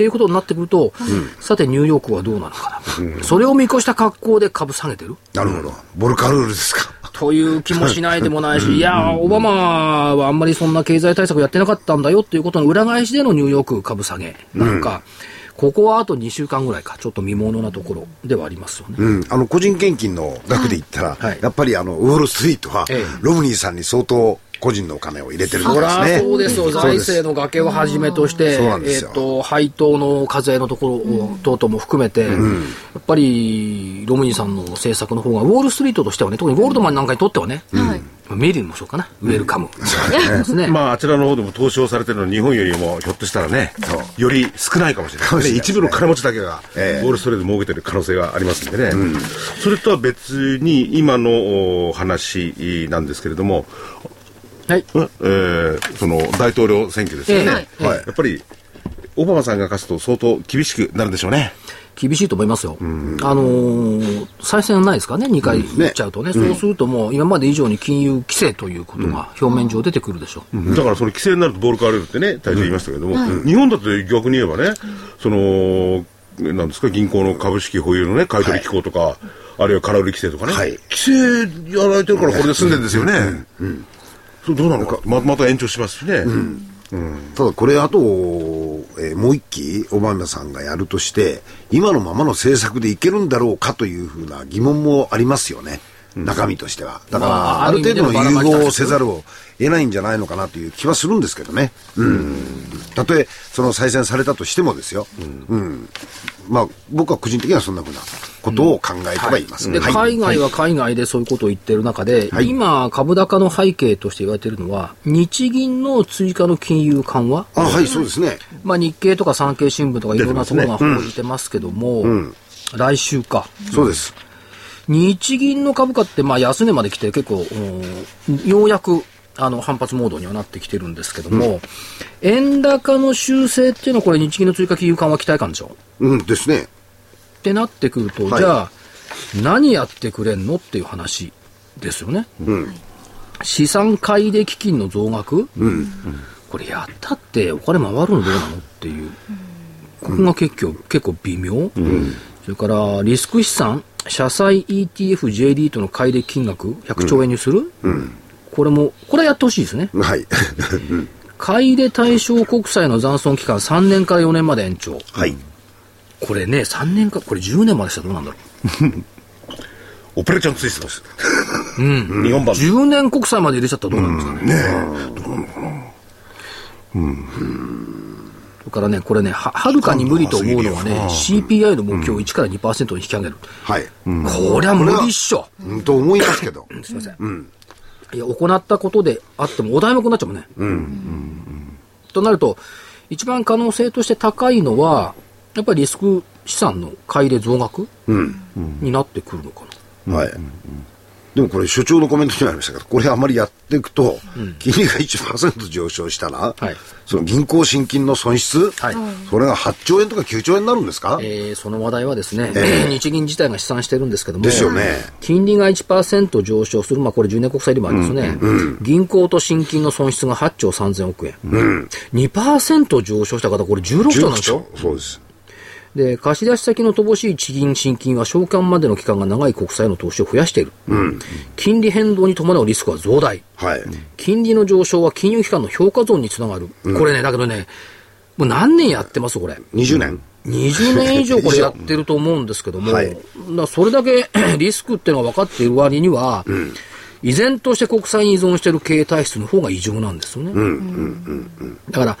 [SPEAKER 1] ていうことになってくると、さてニューヨークはどうなのかな。それを見越した格好で株下げてる
[SPEAKER 3] なるほど。ボルカルールですか。
[SPEAKER 1] という気もしないでもないし、いやー、オバマはあんまりそんな経済対策やってなかったんだよっていうことの裏返しでのニューヨーク株下げなんか、ここはあと2週間ぐらいか、ちょっと見ものなところではありますよね。
[SPEAKER 3] うん、あの個人献金の額で言ったら、
[SPEAKER 1] はい
[SPEAKER 3] やっぱりあのウォール・ストリートは、
[SPEAKER 1] ええ
[SPEAKER 3] ロムニーさんに相当個人のお金を入れてるみ
[SPEAKER 1] そり
[SPEAKER 3] た
[SPEAKER 1] ゃ
[SPEAKER 3] いですね。
[SPEAKER 1] そうですよ、財
[SPEAKER 3] そうです
[SPEAKER 1] 政の崖をはじめとして、
[SPEAKER 3] そうなんで
[SPEAKER 1] え
[SPEAKER 3] すよ
[SPEAKER 1] っと配当の課税のところを等々も含めて、やっぱりロムニーさんの政策の方が、ウォール・ストリートとしてはね、特にゴールドマンなんかにとってはね、
[SPEAKER 2] はい。
[SPEAKER 1] メリルもそうかな、ウェルカムですね。
[SPEAKER 4] まあ、あちらの方でも投資をされてるのは日本よりもひょっとしたらね、より少ないかもしれない,、
[SPEAKER 3] もしれない
[SPEAKER 4] 一部の金持ちだけが、
[SPEAKER 3] ええ
[SPEAKER 4] ウォールストリートで儲けてる可能性がありますんでね、それとは別に今のお話なんですけれども、
[SPEAKER 1] はい
[SPEAKER 4] えーその大統領選挙ですよね、
[SPEAKER 1] え
[SPEAKER 2] え
[SPEAKER 4] はいやっぱりオバマさんが勝つと相当厳しくなるんでしょうね。
[SPEAKER 1] 厳しいと思いますよ、あのー再選ないですからね、2回行っちゃうとね、そうするともう、今まで以上に金融規制ということが表面上出てくるでしょう、
[SPEAKER 4] だからその規制になるとボール変われるってね、大体言いましたけども、日本だって逆に言えばね、その、なんですか、銀行の株式保有のね、買い取り機構とか、あるいは空売り規制とかね、
[SPEAKER 3] はい
[SPEAKER 4] 規制やられてるからこれで済んでるんですよね。そうどうなのか、ままた延長しますしね。
[SPEAKER 3] ただこれあと、えーもう一期オバマさんがやるとして今のままの政策でいけるんだろうかというふうな疑問もありますよね。中身としては。だから、
[SPEAKER 1] まあ
[SPEAKER 3] あ、る程度の融合をせざ
[SPEAKER 1] ある
[SPEAKER 3] るを得ないんじゃないのかなという気はするんですけどね。うん。たとえ、その再選されたとしてもですよ。うん。まあ、僕は個人的にはそんなふうなことを考えてはいます。
[SPEAKER 1] で
[SPEAKER 3] はい
[SPEAKER 1] 海外は海外でそういうことを言ってる中で、
[SPEAKER 3] はい
[SPEAKER 1] 今、株高の背景として言われてるのは、日銀の追加の金融緩和、
[SPEAKER 3] あ、はい、そうですね。
[SPEAKER 1] まあ、日経とか産経新聞とかいろんなところが報じてますけども、来週か。
[SPEAKER 3] そうです。
[SPEAKER 1] 日銀の株価って、まあ、安値まで来て結構、うんようやく、あの、反発モードにはなってきてるんですけども、円高の修正っていうのはこれ日銀の追加金融緩和期待感でしょ
[SPEAKER 3] うんですね。
[SPEAKER 1] ってなってくると、
[SPEAKER 3] はい
[SPEAKER 1] じゃあ、何やってくれんのっていう話ですよね。資産買い出基金の増額、これやったってお金回るのどうなのっていう。ここが結構,、結構微妙、それからリスク資産、社債 ETFJD との買い出金額100兆円にする、これも、これはやってほしいですね。
[SPEAKER 3] はい。
[SPEAKER 1] 買い出対象国債の残存期間3年から4年まで延長。
[SPEAKER 3] はい。
[SPEAKER 1] これね、3年か、これ10年までしたらどうなんだろう。
[SPEAKER 4] オペレーションツイストです。日本版。
[SPEAKER 1] 10年国債まで入れちゃったらどうなるんですかね。ねどうなのかな。うん。だからね、これね、ははるかに無理と思うのはね、CPI の目標1から2%に引き上げる。
[SPEAKER 3] はい。
[SPEAKER 1] こりゃ無理っしょ。
[SPEAKER 3] うん、と思いますけど。
[SPEAKER 1] すいません。いや行ったことであってもお題目になっちゃうもんね。となると、一番可能性として高いのは、やっぱりリスク資産の買い入れ増額、になってくるのかな。
[SPEAKER 3] はい。でもこれ、所長のコメントにもありましたけど、これあまりやっていくと、金利が1%上昇したら、
[SPEAKER 1] はい
[SPEAKER 3] その銀行信金の損失、
[SPEAKER 1] はい
[SPEAKER 3] それが8兆円とか9兆円になるんですか、
[SPEAKER 1] えーその話題はですね、
[SPEAKER 3] え
[SPEAKER 1] 日銀自体が試算してるんですけども、
[SPEAKER 3] ですよね
[SPEAKER 1] 金利が1%上昇する、まあ、これ10年国債利回りですね、銀行と新金の損失が8兆3000億円、2%上昇した方、これ16兆なんですよ。
[SPEAKER 3] そうです。
[SPEAKER 1] で、貸出先の乏しい地銀、新金は償還までの期間が長い国債への投資を増やしている、金利変動に伴うリスクは増大。
[SPEAKER 3] はい。
[SPEAKER 1] 金利の上昇は金融機関の評価損につながる、これね、だけどね、もう何年やってます、これ。
[SPEAKER 3] 20年。
[SPEAKER 1] 20年以上これやってると思うんですけども、
[SPEAKER 3] はい
[SPEAKER 1] だからそれだけ リスクっていうのが分かっている割には、依然として国債に依存している経営体質の方が異常なんですよね。だから、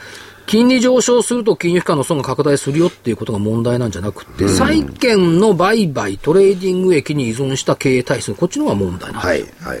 [SPEAKER 1] 金利上昇すると金融機関の損が拡大するよっていうことが問題なんじゃなくて、債券の売買、トレーディング益に依存した経営体質のこっちの方が問題なんです
[SPEAKER 3] はい。はい。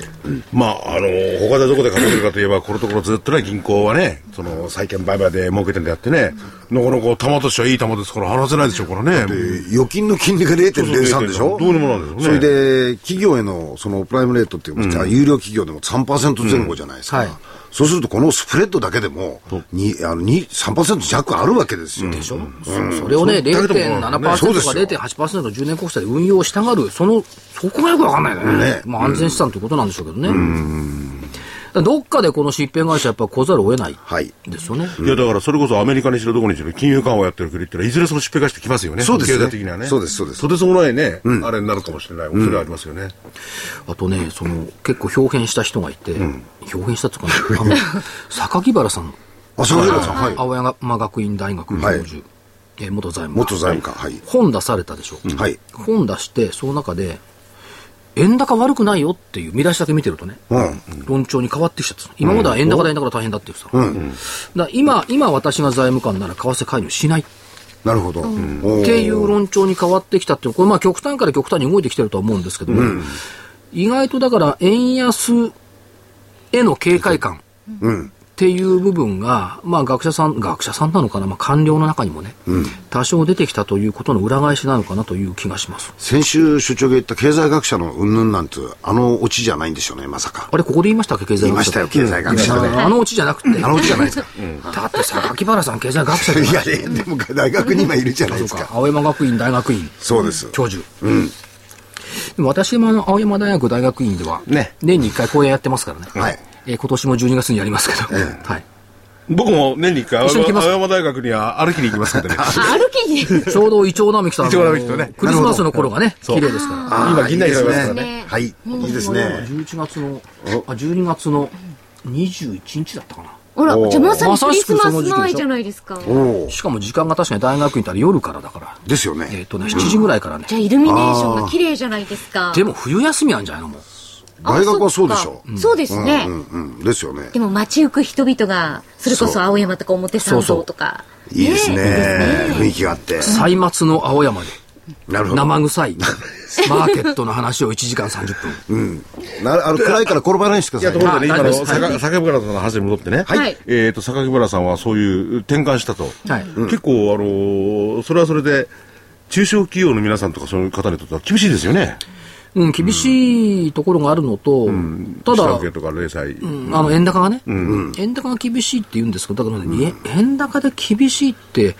[SPEAKER 4] まあ、あの、他でどこで稼いでるかといえば、このところずっとね、銀行はね、その、債券売買で儲けてんでやってね、なかなか玉としてはいい玉ですから、離せないでしょうからね。
[SPEAKER 3] 預金の金利が0.03でしょ
[SPEAKER 4] どうにもなんですよね。
[SPEAKER 3] それで、企業へのそのプライムレートっていうんですか、有料企業でも3%前後じゃないですか。
[SPEAKER 1] うんはい
[SPEAKER 3] そうすると、このスプレッドだけでも、にあのに3%弱あるわけですよ。
[SPEAKER 1] でしょ、そそれをね、
[SPEAKER 4] そうだけども
[SPEAKER 1] 0.7%か
[SPEAKER 3] そうですよ
[SPEAKER 1] 0.8%の10年国債で運用したがる、その、そこがよくわかんないよね。
[SPEAKER 3] ね
[SPEAKER 1] まあ安全資産ということなんでしょうけどね。だからどっかでこの疾病会社やっぱ来ざるを得ない
[SPEAKER 3] はい。
[SPEAKER 1] ですよね。
[SPEAKER 4] いや、だからそれこそアメリカにしろどこにしろ金融緩和やってる国ってのは、いずれその疾病化してきますよね。
[SPEAKER 3] そうですね
[SPEAKER 4] 経済的にはね。
[SPEAKER 3] そうですそうです
[SPEAKER 4] とてつもないね、あれになるかもしれない。恐れありますよね。
[SPEAKER 1] あとね、その、結構表現した人がいて、表現したっていうかね、あ の、榊原さん、
[SPEAKER 3] あ、そうですか。はい。
[SPEAKER 1] 青山学院大学教授、えー元財務
[SPEAKER 3] 元財務官。はい。
[SPEAKER 1] 本出されたでしょ。
[SPEAKER 3] はい。
[SPEAKER 1] 本出して、その中で、円高悪くないよっていう見出しだけ見てるとね、
[SPEAKER 3] うん。
[SPEAKER 1] 論調に変わってきちゃったんです今までは円高だ円高だ大変だって言ってた、だから今今私が財務官なら為替介入しないっ
[SPEAKER 3] なるほど。って
[SPEAKER 1] いう論調に変わってきたっていうこれまあ極端から極端に動いてきてるとは思うんですけども、意外とだから円安への警戒感っていう部分が、まあ、学者さん学者さんなのかな、まあ、官僚の中にもね、多少出てきたということの裏返しなのかなという気がします
[SPEAKER 3] 先週所長が言った経済学者の云々なんて、あのオチじゃないんでしょうね、まさか。
[SPEAKER 1] あれここで言いましたっけ経済学者
[SPEAKER 3] 言いましたよ、経済学者ね。
[SPEAKER 1] あのうちじゃなくて
[SPEAKER 3] あのオチじゃないですか。
[SPEAKER 1] だって榊原さん経済学者じゃない
[SPEAKER 3] いや、でも大学に今いるじゃないです
[SPEAKER 1] そうか
[SPEAKER 3] か。
[SPEAKER 1] 青山学院大学院
[SPEAKER 3] そうです。
[SPEAKER 1] 教授、でも私もあの青山大学大学院では、
[SPEAKER 4] ね
[SPEAKER 1] 年に1回講演やってますからね、
[SPEAKER 3] はい
[SPEAKER 1] えー今年も12月にやりますけど、はい、
[SPEAKER 4] 僕も年に一回、青
[SPEAKER 1] 一緒に行きます
[SPEAKER 4] 山大学には歩きに行きますんでね。
[SPEAKER 2] 歩き に。
[SPEAKER 1] ちょうどイチョウ並木さんの
[SPEAKER 4] イチョウ並木とね
[SPEAKER 1] クリスマスの頃がね
[SPEAKER 4] そう
[SPEAKER 1] 綺麗ですから
[SPEAKER 3] あー
[SPEAKER 4] 今銀杏になりますから
[SPEAKER 2] ね
[SPEAKER 3] はい。いいですね。
[SPEAKER 1] 11月のあ12月の21日だったかな
[SPEAKER 2] ほら、
[SPEAKER 3] おー
[SPEAKER 2] じゃあまさ
[SPEAKER 1] ま
[SPEAKER 2] に
[SPEAKER 1] さ
[SPEAKER 2] クリ
[SPEAKER 1] し
[SPEAKER 2] ス
[SPEAKER 1] くそ
[SPEAKER 2] マ
[SPEAKER 1] の
[SPEAKER 2] ス
[SPEAKER 1] 時期でしょ
[SPEAKER 2] 前じゃないですか。
[SPEAKER 3] お
[SPEAKER 2] じ
[SPEAKER 3] おー。
[SPEAKER 1] しかも時間が確かに大学院ったら夜からだから
[SPEAKER 3] ですよ
[SPEAKER 1] えっ、
[SPEAKER 3] ね。
[SPEAKER 1] とね7時ぐらいからね、
[SPEAKER 2] ゃあイルミネーションが綺麗じゃないですか。
[SPEAKER 1] でも冬休みなんじゃないのもう
[SPEAKER 2] あ
[SPEAKER 3] 大学はそうでし
[SPEAKER 2] そ
[SPEAKER 3] ょ
[SPEAKER 2] っか。そうですね。
[SPEAKER 3] うんうんうん。ですよね
[SPEAKER 2] で。も街行く人々が、それこそ青山とか表参道とか。
[SPEAKER 3] いいです
[SPEAKER 2] ね
[SPEAKER 3] ね。雰囲気があって。
[SPEAKER 1] 歳末の青山で
[SPEAKER 3] なるほど。
[SPEAKER 1] 生臭 いマーケットの話を1時間30分
[SPEAKER 3] なあの暗いから転ばないでしてく
[SPEAKER 4] いや、
[SPEAKER 3] ださ
[SPEAKER 4] と
[SPEAKER 3] い
[SPEAKER 4] こ
[SPEAKER 3] ね。
[SPEAKER 1] あ大丈
[SPEAKER 4] ろでね、今の、
[SPEAKER 1] 夫です
[SPEAKER 4] さか榊原さんの話に戻ってね。
[SPEAKER 2] はいはい
[SPEAKER 4] えっと、榊原さんはそういう転換したと。
[SPEAKER 1] はい
[SPEAKER 4] うん結構、あのー、それはそれで、中小企業の皆さんとかそういう方にとっては厳しいですよね。
[SPEAKER 1] うん、厳しいところがあるのと、ただ、
[SPEAKER 4] 下請
[SPEAKER 1] う
[SPEAKER 4] けとか零細。
[SPEAKER 1] んあの円高がね、円高が厳しいって言うんですけど、だからね、円高で厳しいって、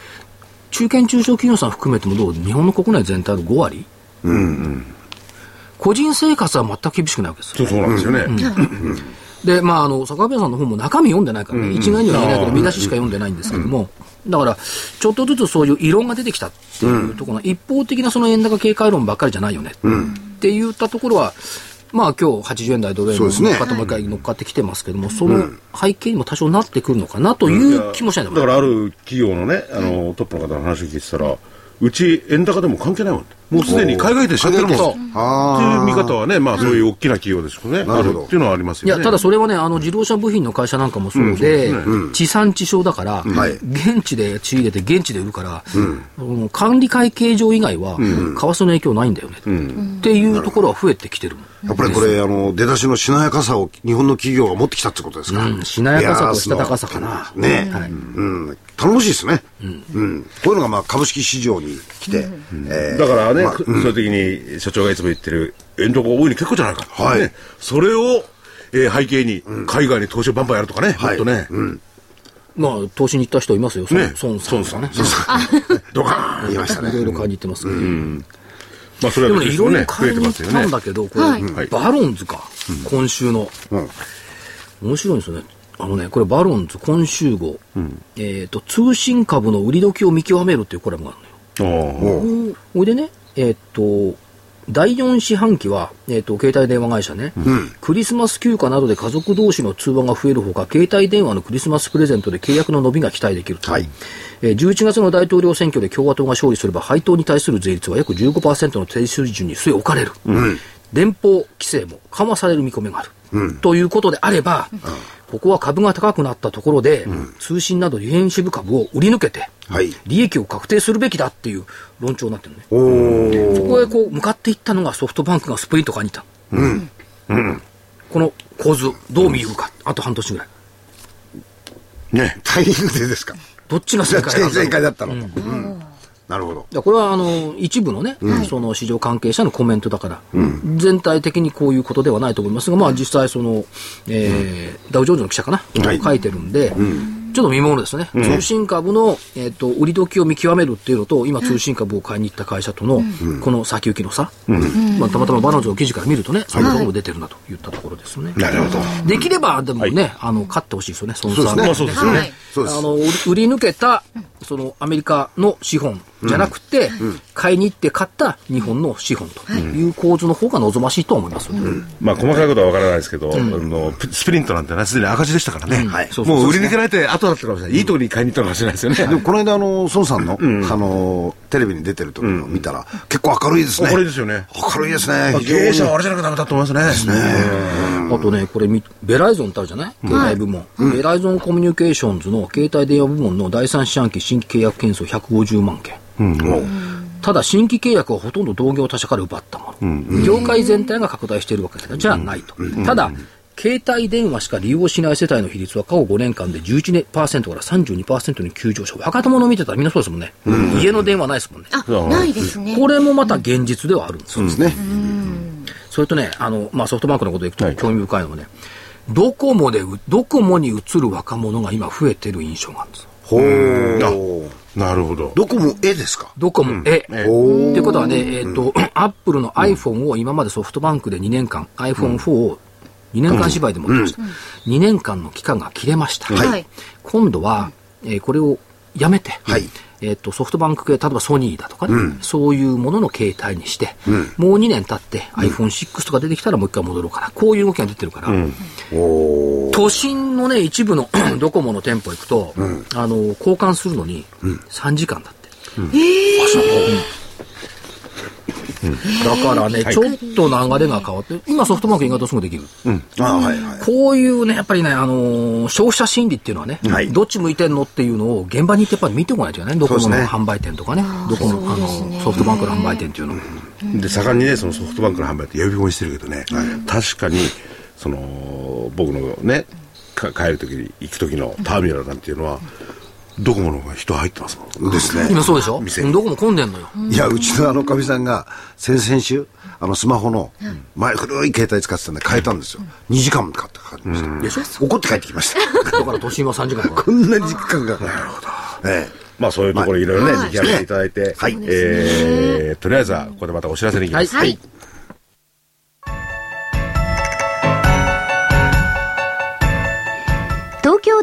[SPEAKER 1] 中堅・中小企業さん含めてもどう、日本の国内全体の5割、個人生活は全く厳しくないわけですよ
[SPEAKER 4] そうそうなんですよね。
[SPEAKER 1] で、まあ、あの、坂上さんの本も中身読んでないからね、一概には言えないけど、見出ししか読んでないんですけども、だから、ちょっとずつそういう異論が出てきたっていうところの、一方的なその円高警戒論ばっかりじゃないよね、って言ったところは、まあ今日80円台ドル円
[SPEAKER 3] そう
[SPEAKER 1] の
[SPEAKER 3] ですね
[SPEAKER 1] 方もう一回乗っかってきてますけども、その背景にも多少なってくるのかなという気もしないでも
[SPEAKER 4] だ
[SPEAKER 1] ない
[SPEAKER 4] からある企業のね、あの、トップの方の話を聞いてたら、うち円高でも関係ないもんって。もうすでに海外でしちゃってるもん
[SPEAKER 3] 海
[SPEAKER 4] と
[SPEAKER 3] 外転
[SPEAKER 4] いう
[SPEAKER 3] あ
[SPEAKER 4] 見方はね、まあそういう大きな企業ですよね、
[SPEAKER 3] な
[SPEAKER 4] あ
[SPEAKER 3] るほ
[SPEAKER 4] る
[SPEAKER 3] ど
[SPEAKER 4] っていうのはあります
[SPEAKER 1] い
[SPEAKER 4] よ
[SPEAKER 1] や、
[SPEAKER 4] ね。
[SPEAKER 1] ただそれはね、あの、自動車部品の会社なんかもそうで、地産地消だから、
[SPEAKER 3] はい
[SPEAKER 1] 現地で仕入れて現地で売るから、あの管理会計上以外は、為替の影響ないんだよね、っていうところは増えてきてるもん。
[SPEAKER 3] やっぱりこれ、あの、出だしのしなやかさを日本の企業が持ってきたってことですか、
[SPEAKER 1] うんしなやかさとしたたかさかな
[SPEAKER 3] ベアーズのね、
[SPEAKER 1] はい
[SPEAKER 3] うん。頼もしいですね。うん。こういうのが、まあ、株式市場に来て、えー
[SPEAKER 4] だからね、そういう時に社長がいつも言ってる、円高が多いに結構じゃないか。
[SPEAKER 3] はい
[SPEAKER 4] ねそれを、えー背景に、海外に投資をバンバンやるとかね、
[SPEAKER 3] は
[SPEAKER 4] も
[SPEAKER 3] い
[SPEAKER 4] っとね、
[SPEAKER 1] まあ、投資に行った人いますよ、孫
[SPEAKER 4] ね
[SPEAKER 1] 孫さんとかね。
[SPEAKER 4] ドカーン
[SPEAKER 3] 言いましたね
[SPEAKER 1] い。ろいろ買いに行ってますけど。
[SPEAKER 4] まあそれ
[SPEAKER 1] で
[SPEAKER 4] は
[SPEAKER 1] もね、
[SPEAKER 4] 別
[SPEAKER 1] い
[SPEAKER 4] に
[SPEAKER 1] ろい
[SPEAKER 4] ね
[SPEAKER 1] ろ買いに行ったんだけど、これ、
[SPEAKER 4] はい
[SPEAKER 1] バロンズか、今週の。面白いんですよね。あのね、これバロンズ今週号、えっと、通信株の売り時を見極めるっていうコラムがあるのよ。
[SPEAKER 4] おー
[SPEAKER 3] もう
[SPEAKER 1] ほいでね、えーっと、第4四半期は、えーっと、携帯電話会社ね、クリスマス休暇などで家族同士の通話が増えるほか、携帯電話のクリスマスプレゼントで契約の伸びが期待できると。
[SPEAKER 3] はい
[SPEAKER 1] えー11月の大統領選挙で共和党が勝利すれば、配当に対する税率は約15%の低水準に据え置かれる。連邦規制も緩和される見込みがある。ということであれば、ここは株が高くなったところで、通信などディフェンシブ株を売り抜けて、
[SPEAKER 3] はい。
[SPEAKER 1] 利益を確定するべきだっていう論調になってるのね。
[SPEAKER 3] おー。
[SPEAKER 1] そこへこう向かっていったのがソフトバンクがスプリント買いに行った。この構図、どう見るか、あと半年ぐらい。
[SPEAKER 4] ね。
[SPEAKER 3] タイミングでですか。
[SPEAKER 1] どっちが正解なんだろう
[SPEAKER 3] 正解だったのか。うんなるほど。
[SPEAKER 1] いやこれはあの一部のね、その市場関係者のコメントだから、全体的にこういうことではないと思いますが、まあ、実際その、えーダウ・ジョーンズの記者かな、
[SPEAKER 3] はい
[SPEAKER 1] 書いてるんで、ちょっと見ものですね、通信株の、えー、と売り時を見極めるっていうのと、今、通信株を買いに行った会社との、この先行きの差、まあ、たまたまバランスの記事から見るとね、そういうことも出てるなといったところですよね。
[SPEAKER 4] なるほど。
[SPEAKER 1] できれば、でもね、あの、勝ってほしいですよね、孫さん
[SPEAKER 4] まあそうですよ
[SPEAKER 2] はい
[SPEAKER 4] ね。
[SPEAKER 3] そうで
[SPEAKER 1] あ
[SPEAKER 3] す。
[SPEAKER 1] の売り売り抜けたそのアメリカの資本じゃなくて、買いに行って買った日本の資本という構図の方が望ましいとは思いますよね。
[SPEAKER 4] まあ細かいことはわからないですけど、あのプスプリントなんてねすでに赤字でしたからね。
[SPEAKER 3] はい
[SPEAKER 1] そうそう
[SPEAKER 4] もう売り抜けられて後だったかもしれない。いいところに買いに行ったのかもしれないですよね。
[SPEAKER 3] でもこの間、あの、孫さんの、あの、テレビに出てる時のを見たら、結構明るいですね。
[SPEAKER 4] 明るいですよね
[SPEAKER 3] 明るいですね。非常に
[SPEAKER 4] 経営者はあれじゃなきゃダメだと思いますね。
[SPEAKER 1] あとね、これみ、ベライゾンってあるじゃない携帯部門、ベライゾンコミュニケーションズの携帯電話部門の第三四半期新規契約件数150万件。ただ、新規契約はほとんど同業他社から奪ったもの。業界全体が拡大しているわけじゃないと。ただ、携帯電話しか利用しない世帯の比率は過去5年間で11%から32%に急上昇。若者を見てたらみんなそうですもんね。家の電話ないですもんね。
[SPEAKER 2] あ、ないですね。
[SPEAKER 1] これもまた現実ではあるんですよ
[SPEAKER 3] ですね。
[SPEAKER 1] それとね、あの、まあ、ソフトバンクのことでいくと興味深いのはね、ドコモでう、ドコモに移る若者が今増えてる印象があるんですよ。
[SPEAKER 3] ほー。
[SPEAKER 4] なるほど。
[SPEAKER 3] どこも絵ですか
[SPEAKER 1] ドコモ、え、え。っていうことはね、えっ、 と、アップルの iPhone を今までソフトバンクで2年間、iPhone4 を2年間縛りで持ってました。2年間の期間が切れました。
[SPEAKER 2] はいはい
[SPEAKER 1] 今度は、えーこれをやめて、
[SPEAKER 3] はい
[SPEAKER 1] えっ、と、ソフトバンク系、例えばソニーだとかね、そういうものの携帯にして、もう2年経って iPhone6 とか出てきたらもう一回戻ろうかな。こういう動きが出てるから、都心のね、一部 のドコモの店舗行くと、あの、交換するのに3時間だって。だからね、ちょっと流れが変わって、今ソフトバンク意外とすぐできる。
[SPEAKER 3] あはいはい。
[SPEAKER 1] こういうね、やっぱりね、あのー消費者心理っていうのはね、
[SPEAKER 3] はい
[SPEAKER 1] どっち向いてんのっていうのを現場に行ってやっぱり見てこないといけないね。ドコモ
[SPEAKER 3] そう
[SPEAKER 1] の
[SPEAKER 3] ですね
[SPEAKER 1] 販売店とかね、ドコモのあのソフトバンクの販売店っていうのを。
[SPEAKER 4] で、盛んにね、そのソフトバンクの販売って呼び込みしてるけどね、確かに、その、僕のね、か帰るときに、行くときのターミナルなんていうのは、ドコモの方が人入ってますもん。
[SPEAKER 3] ですね。
[SPEAKER 1] 今そうでしょ
[SPEAKER 4] 店
[SPEAKER 1] ドコモ混んでんのよ。
[SPEAKER 3] いや、うちのあのかみさんが、先々週、あのスマホの、前、古い携帯使ってたんで変えたんですよ。2時間もかかったかかりました。怒って帰ってきました。
[SPEAKER 1] だから都心は3時間かかる。
[SPEAKER 3] こんなに時間がかかる。なるほど。え
[SPEAKER 4] まあそういうところいろいろね、見極めていただいて、
[SPEAKER 3] はい
[SPEAKER 4] えー、とりあえず は、ここでまたお知らせに行きます。
[SPEAKER 2] はい。
[SPEAKER 5] 東京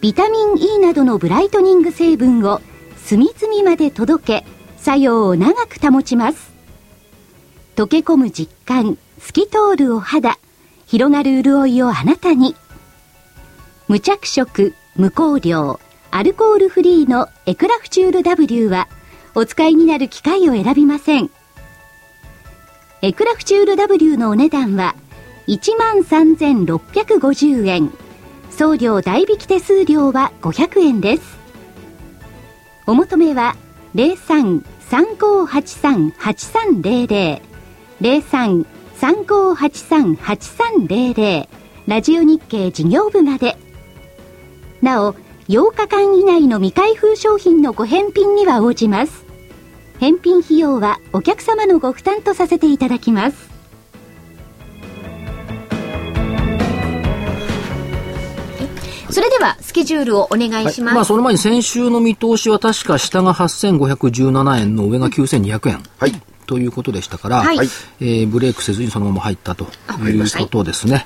[SPEAKER 5] ビタミン E などのブライトニング成分を隅々まで届け作用を長く保ちます溶け込む実感透き通るお肌広がる潤いをあなたに無着色無香料アルコールフリーのエクラフチュール W はお使いになる機械を選びませんエクラフチュール W のお値段は13,650円送料代引き手数料は500円ですお求めは03-3583-8300 03-3583-8300ラジオ日経事業部までなお8日間以内の未開封商品のご返品には応じます返品費用はお客様のご負担とさせていただきます
[SPEAKER 2] それではスケジュールをお願いします、
[SPEAKER 1] まあ、その前に先週の見通しは確か下が8517円の上が9200円、はい、ということでしたから、はい、えー、ブレイクせずにそのまま入ったということですね。は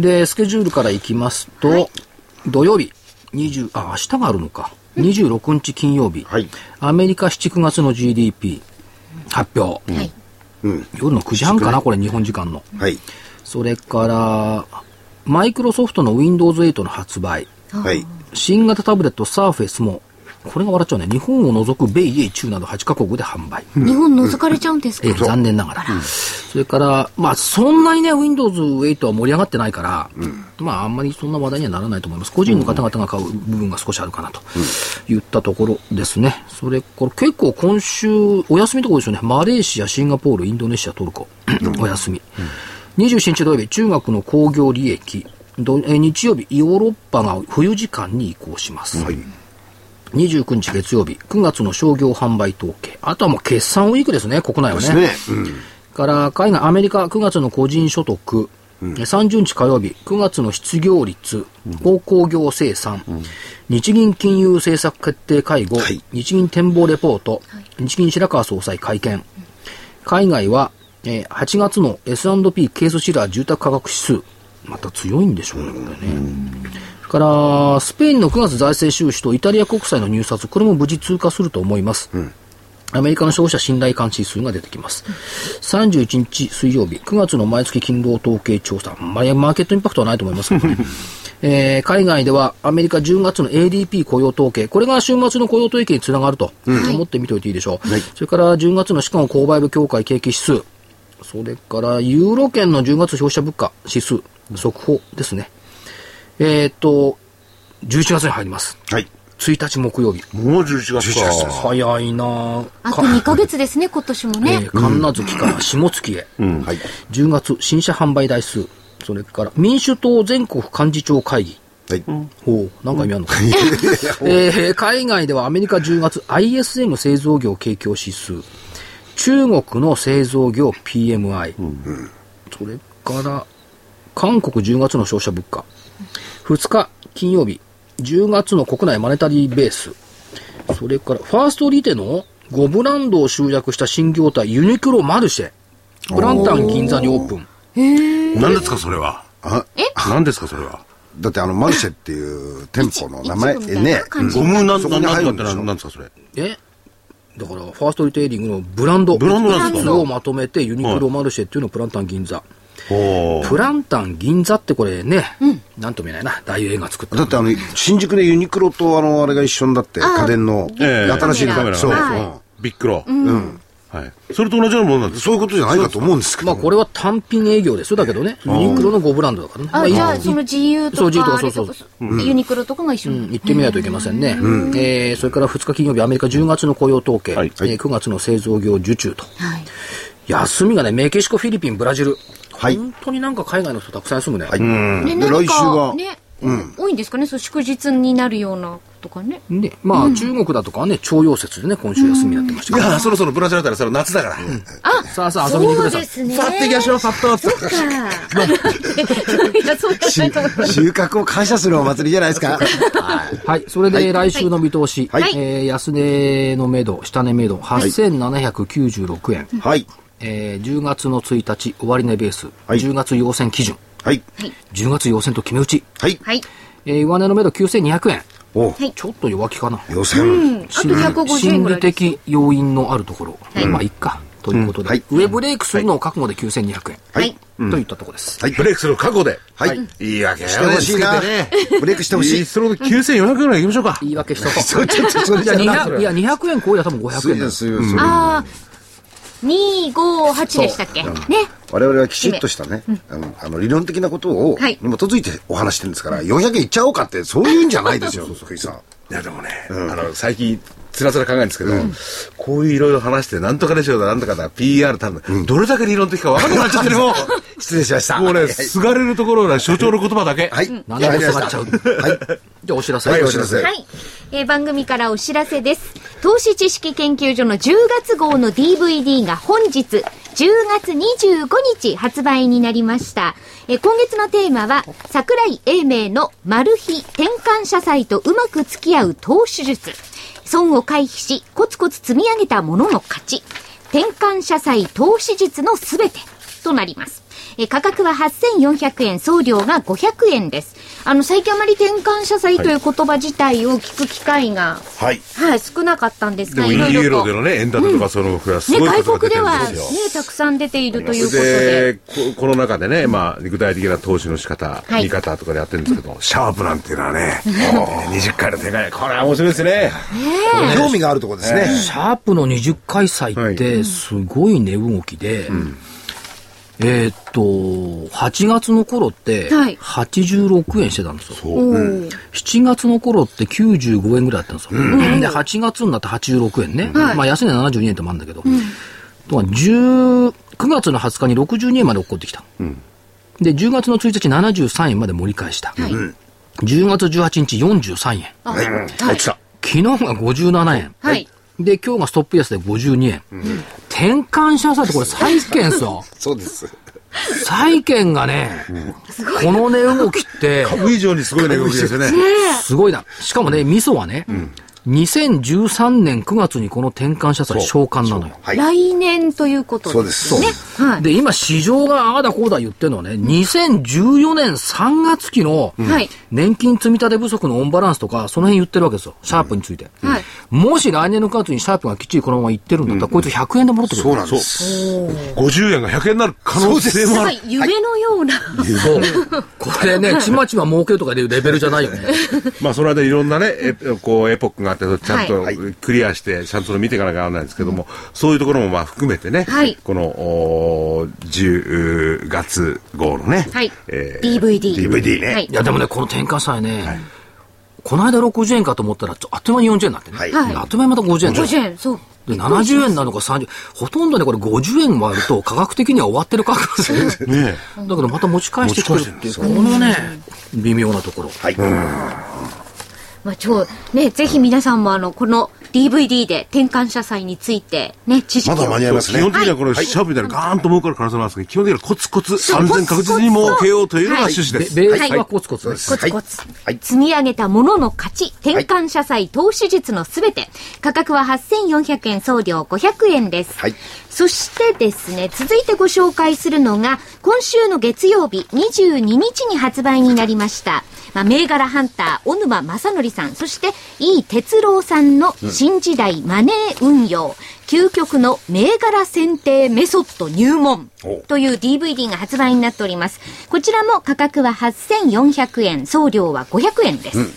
[SPEAKER 1] い、で、スケジュールからいきますと、はい、土曜日、20あ、明日があるのか、26日金曜日、はい、アメリカ7、9月の GDP 発表、はいうん、夜の9時半かな、これ、日本時間の。はい、それから、マイクロソフトの Windows8 の発売、はい、新型タブレット Surface もこれが笑っちゃうね。日本を除く米、英、中など8カ国で販売。
[SPEAKER 2] 日本除かれちゃうんですか、
[SPEAKER 1] ええ、残念ながら。うん、それから、まあ、そんなにね、Windows8 は盛り上がってないから、うん、まあ、あんまりそんな話題にはならないと思います。個人の方々が買う部分が少しあるかなと、うん、いったところですね。それ、これ結構今週、お休みところですよね。マレーシア、シンガポール、インドネシア、トルコ、お休み。27日土曜日、中学の工業利益。え日曜日、ヨーロッパが冬時間に移行します。はい29日月曜日、9月の商業販売統計。あとはもう決算ウィークですね、国内はね。ねうん、から海外、アメリカ、9月の個人所得。うん、30日火曜日、9月の失業率、鉱工業生産、うん、日銀金融政策決定会合、はい、日銀展望レポート、はい、日銀白川総裁会見。海外は、えー、8月の S&P ケースシラー住宅価格指数。また強いんでしょうね、これね。からスペインの9月財政収支とイタリア国債の入札、これも無事通過すると思います。うん、アメリカの消費者信頼感指数が出てきます。うん、31日水曜日、9月の毎月勤労統計調査、マーケットインパクトはないと思いますけど ね。えー、海外ではアメリカ10月の ADP 雇用統計、これが週末の雇用統計につながると思ってみておいていいでしょう。うん、それから10月のシカゴ購買部協会景気指数、それからユーロ圏の10月消費者物価指数、速報ですね。えっと、11月に入ります。はい。1日木曜日。
[SPEAKER 4] もう11月か。月
[SPEAKER 1] 早いな
[SPEAKER 2] あと2か月ですね、今年もね。
[SPEAKER 1] えー、神奈月から下月へ。うん、はい。10月、新車販売台数。それから、民主党全国幹事長会議。はい。ほう、なんか意味あるのか。 えー、海外ではアメリカ10月 ISM 製造業景況指数。中国の製造業 PMI。うん、それから、韓国10月の消費者物価。2日金曜日、10月の国内マネタリーベース、それからファーストリテの5ブランドを集約した新業態ユニクロマルシェ、プランタン銀座にオープン。
[SPEAKER 4] ー何ですかそれは。え何ですかそれは。
[SPEAKER 3] だってあのマルシェっていう店舗の名前、えね、
[SPEAKER 4] ゴムなんなんなんなんですかそれ。
[SPEAKER 1] えだからファーストリテイリングのブランド、
[SPEAKER 4] ブランドなんです
[SPEAKER 1] かをまとめてユニクロマルシェっていうのをプランタン銀座。プランタン銀座ってこれね、うなんとも言えないな、大映画作った。
[SPEAKER 3] だってあの、新宿でユニクロとあの、あれが一緒になって、家電の、新しいカメラ。
[SPEAKER 4] そう。ビックロ。うん。はい。それと同じようなものなんで
[SPEAKER 3] そういうことじゃないかと思うんですけど。
[SPEAKER 1] まあこれは単品営業ですよ、だけどね。ユニクロの5ブランドだからね。
[SPEAKER 2] あ、じゃあその自由とか。そう、自由とか、そうそう。ユニクロとかが一緒
[SPEAKER 1] に。行ってみないといけませんね。えそれから2日金曜日、アメリカ10月の雇用統計。9月の製造業受注と。休みがね、メキシコ、フィリピン、ブラジル。はい、本当になんか海外の人たくさん住むね。はい、
[SPEAKER 2] ね、来週が。ね
[SPEAKER 5] 多いんですかね、そう祝日になるようなとかね。
[SPEAKER 1] ね、まあ、中国だとかはね、徴用節でね、今週休みになってました
[SPEAKER 4] い
[SPEAKER 1] けど、
[SPEAKER 4] や、そろそろブラジルだったら、それ夏だから。
[SPEAKER 1] さあさあ遊びに来てください。
[SPEAKER 5] すね
[SPEAKER 4] さっていきましょう、さっ と。
[SPEAKER 5] いや、そうじゃないと思います。
[SPEAKER 3] 収穫を感謝するお祭りじゃないですか。
[SPEAKER 1] はい、それで来週の見通し、
[SPEAKER 3] はい
[SPEAKER 5] はい
[SPEAKER 1] えー安値のめど、下値めど、8796円、
[SPEAKER 3] はい。
[SPEAKER 1] えー10月の1日、終値ベース、
[SPEAKER 3] はい
[SPEAKER 1] 10月要請基準、
[SPEAKER 3] はい。
[SPEAKER 1] 10月要請と決め打ち、
[SPEAKER 3] はい。
[SPEAKER 5] はい。
[SPEAKER 1] えー、上値のめど9200円、
[SPEAKER 3] お
[SPEAKER 5] はい
[SPEAKER 1] ちょっと弱気かな。
[SPEAKER 3] 予選。
[SPEAKER 5] あと150円
[SPEAKER 1] 心
[SPEAKER 5] ぐら
[SPEAKER 1] 理
[SPEAKER 5] いです。
[SPEAKER 1] 的要因のあるところ、
[SPEAKER 5] はい
[SPEAKER 1] まあ、いっか、ということで、
[SPEAKER 3] はい
[SPEAKER 1] 上ブレイクするのを覚悟で9200円、
[SPEAKER 5] はい。
[SPEAKER 1] といったところです。
[SPEAKER 4] ブレイクする覚悟で。
[SPEAKER 3] はい。
[SPEAKER 4] いいわけよ
[SPEAKER 3] してほしいな。ブレイクしてほし
[SPEAKER 4] い
[SPEAKER 3] い
[SPEAKER 4] っ。その9400円ぐらい行きましょうか。
[SPEAKER 1] 言い訳しとこう。
[SPEAKER 3] そうちょっとそれ
[SPEAKER 1] い
[SPEAKER 3] じ
[SPEAKER 1] や
[SPEAKER 3] ゃな
[SPEAKER 1] 200いや、200円超えたら多分500円だよ。
[SPEAKER 3] すいませんすいません
[SPEAKER 5] ああ、258でしたっけね。
[SPEAKER 3] 我々はきちっとしたね、あのあの理論的なことを、
[SPEAKER 5] はい
[SPEAKER 3] に基づいてお話してるんですから、400円いっちゃおうかって、そういうんじゃないですよ、福井さん。
[SPEAKER 4] いやでもね、あの最近つらつら考えるんですけど、こういういろいろ話してなんとかでしょうだなんとかだ PR 多分、どれだけ理論的か分かんなくなっちゃってる もう
[SPEAKER 3] 失礼しました。
[SPEAKER 4] もうね
[SPEAKER 3] はい
[SPEAKER 4] すがれるところが所長の言葉だけ、
[SPEAKER 3] はい。
[SPEAKER 1] 何でも下がっちゃう。
[SPEAKER 3] はい。
[SPEAKER 1] じゃあお知らせ。
[SPEAKER 3] はい、お知らせ。
[SPEAKER 5] はい、えー番組からお知らせです投資知識研究所の10月号の DVD が本日10月25日発売になりました、えー今月のテーマは桜井英明のマル秘転換社債とうまく付き合う投資術損を回避しコツコツ積み上げたものの勝ち転換社債投資術のすべてとなります。えー価格は8400円、送料が500円です。あの、最近あまり転換社債という言葉自体を聞く機会が、
[SPEAKER 4] はい
[SPEAKER 5] はい、少なかったんです
[SPEAKER 4] で
[SPEAKER 5] が、
[SPEAKER 4] も
[SPEAKER 5] いろい
[SPEAKER 4] ユー
[SPEAKER 5] ろ
[SPEAKER 4] ロ
[SPEAKER 5] と。
[SPEAKER 4] で
[SPEAKER 5] ね、
[SPEAKER 4] のね円建てとかその僕はすごい
[SPEAKER 5] 外
[SPEAKER 4] ことが出
[SPEAKER 5] 国
[SPEAKER 4] て
[SPEAKER 5] で
[SPEAKER 4] るん
[SPEAKER 5] は、
[SPEAKER 4] で
[SPEAKER 5] ね
[SPEAKER 4] すよ、
[SPEAKER 5] たくさん出ているということで。
[SPEAKER 4] でここの中でね、まあ、具体的な投資の仕方、
[SPEAKER 5] はい
[SPEAKER 4] 見方とかでやってるんですけど、シャープなんていうのはね、もう20回の手がこれは面白いですね。
[SPEAKER 3] 興味があるところですね。
[SPEAKER 1] シャープの20回祭って、すごい値動きで、えーっと、8月の頃って
[SPEAKER 5] はい、
[SPEAKER 1] 86円してたんですよ。
[SPEAKER 5] おー
[SPEAKER 1] 7月の頃って95円ぐらいだったんですよ。で、8月になって86円ね。
[SPEAKER 5] はい
[SPEAKER 1] まあ、安値72円ってもあるんだけど。とは、10 9月の20日に62円まで落っこってきた。で、10月の1日73円まで盛り返した。
[SPEAKER 5] はい
[SPEAKER 1] 10月18日43円。
[SPEAKER 5] あはい。はい。
[SPEAKER 1] 昨日が57円。
[SPEAKER 5] はい。
[SPEAKER 1] で、今日がストップ安で52円。転換しなさいってこれ債券さ、
[SPEAKER 3] そうです。
[SPEAKER 1] 債券がね、この値動きって、
[SPEAKER 4] 株以上にすごいね、動きですよね。
[SPEAKER 1] すごいな。しかもね、味噌はね、2013年9月にこの転換社債償還なのよ。
[SPEAKER 3] はい。
[SPEAKER 5] 来年ということ
[SPEAKER 3] そう
[SPEAKER 5] で
[SPEAKER 3] です。
[SPEAKER 5] す。
[SPEAKER 3] そう。
[SPEAKER 5] ね。はい。
[SPEAKER 1] で、今市場がああだこうだ言ってるのはね、2014年3月期の
[SPEAKER 5] はい
[SPEAKER 1] 年金積み立て不足のオンバランスとか、その辺言ってるわけですよ。シャープについて。
[SPEAKER 5] はい
[SPEAKER 1] もし来年の9月にシャープがきっちりこのまま言ってるんだったら、こいつ100円で戻ってくる。
[SPEAKER 3] そうなんです。
[SPEAKER 4] 50円が100円になる可能性も
[SPEAKER 5] す
[SPEAKER 4] あ
[SPEAKER 5] ご
[SPEAKER 4] る。
[SPEAKER 5] い夢のような、
[SPEAKER 1] そう。これね、ちまちま儲けるとかいうレベルじゃないよね。
[SPEAKER 4] まあ、その間いろんなね、えこう、エポックがあって、ちゃんと
[SPEAKER 3] はい
[SPEAKER 4] クリアして、ちゃんと見ていかなきゃならないんですけども、そういうところもまあ含めてね、
[SPEAKER 5] はい
[SPEAKER 4] この、おー10月号のね、
[SPEAKER 5] はい
[SPEAKER 4] え
[SPEAKER 5] DVD。
[SPEAKER 4] DVD ね、
[SPEAKER 5] はい
[SPEAKER 1] い。や、でもね、この転換債ね、この間60円かと思ったら、ちょあっという間に40円になってね。
[SPEAKER 3] はい
[SPEAKER 5] はい
[SPEAKER 1] あっという間にまた50円だよ
[SPEAKER 5] 50円、そう。
[SPEAKER 1] で、70円なのか30、ほとんどね、これ50円割ると、価格的には終わってる価格ですよね。だけどまた持ち返してきてるっていう、このね、微妙なところ。
[SPEAKER 3] はい。
[SPEAKER 5] まあ、ちょ、ね、ぜひ皆さんもあの、この DVD で転換社債について、ね、知識を。
[SPEAKER 3] まだ間に合います
[SPEAKER 4] 基
[SPEAKER 3] ね。
[SPEAKER 4] 本的にはこのシャープみたいなガーンと儲かる可能性もあるんですけど、基本的にはコツコツ安全確実に儲けようというのが趣旨
[SPEAKER 1] で
[SPEAKER 4] です。
[SPEAKER 1] ベースはコツコツです。
[SPEAKER 5] コツコツ、
[SPEAKER 3] はい
[SPEAKER 5] 積み上げたものの価値、転換社債、投資術のすべて、価格は8400円、送料500円です。
[SPEAKER 3] はい
[SPEAKER 5] そしてですね、続いてご紹介するのが、今週の月曜日22日に発売になりました、まあ、銘柄ハンター、小沼正則さん、そして、井伊哲郎さんの新時代マネー運用、究極の銘柄選定メソッド入門という DVD が発売になっております。こちらも価格は8400円、送料は500円です。はい。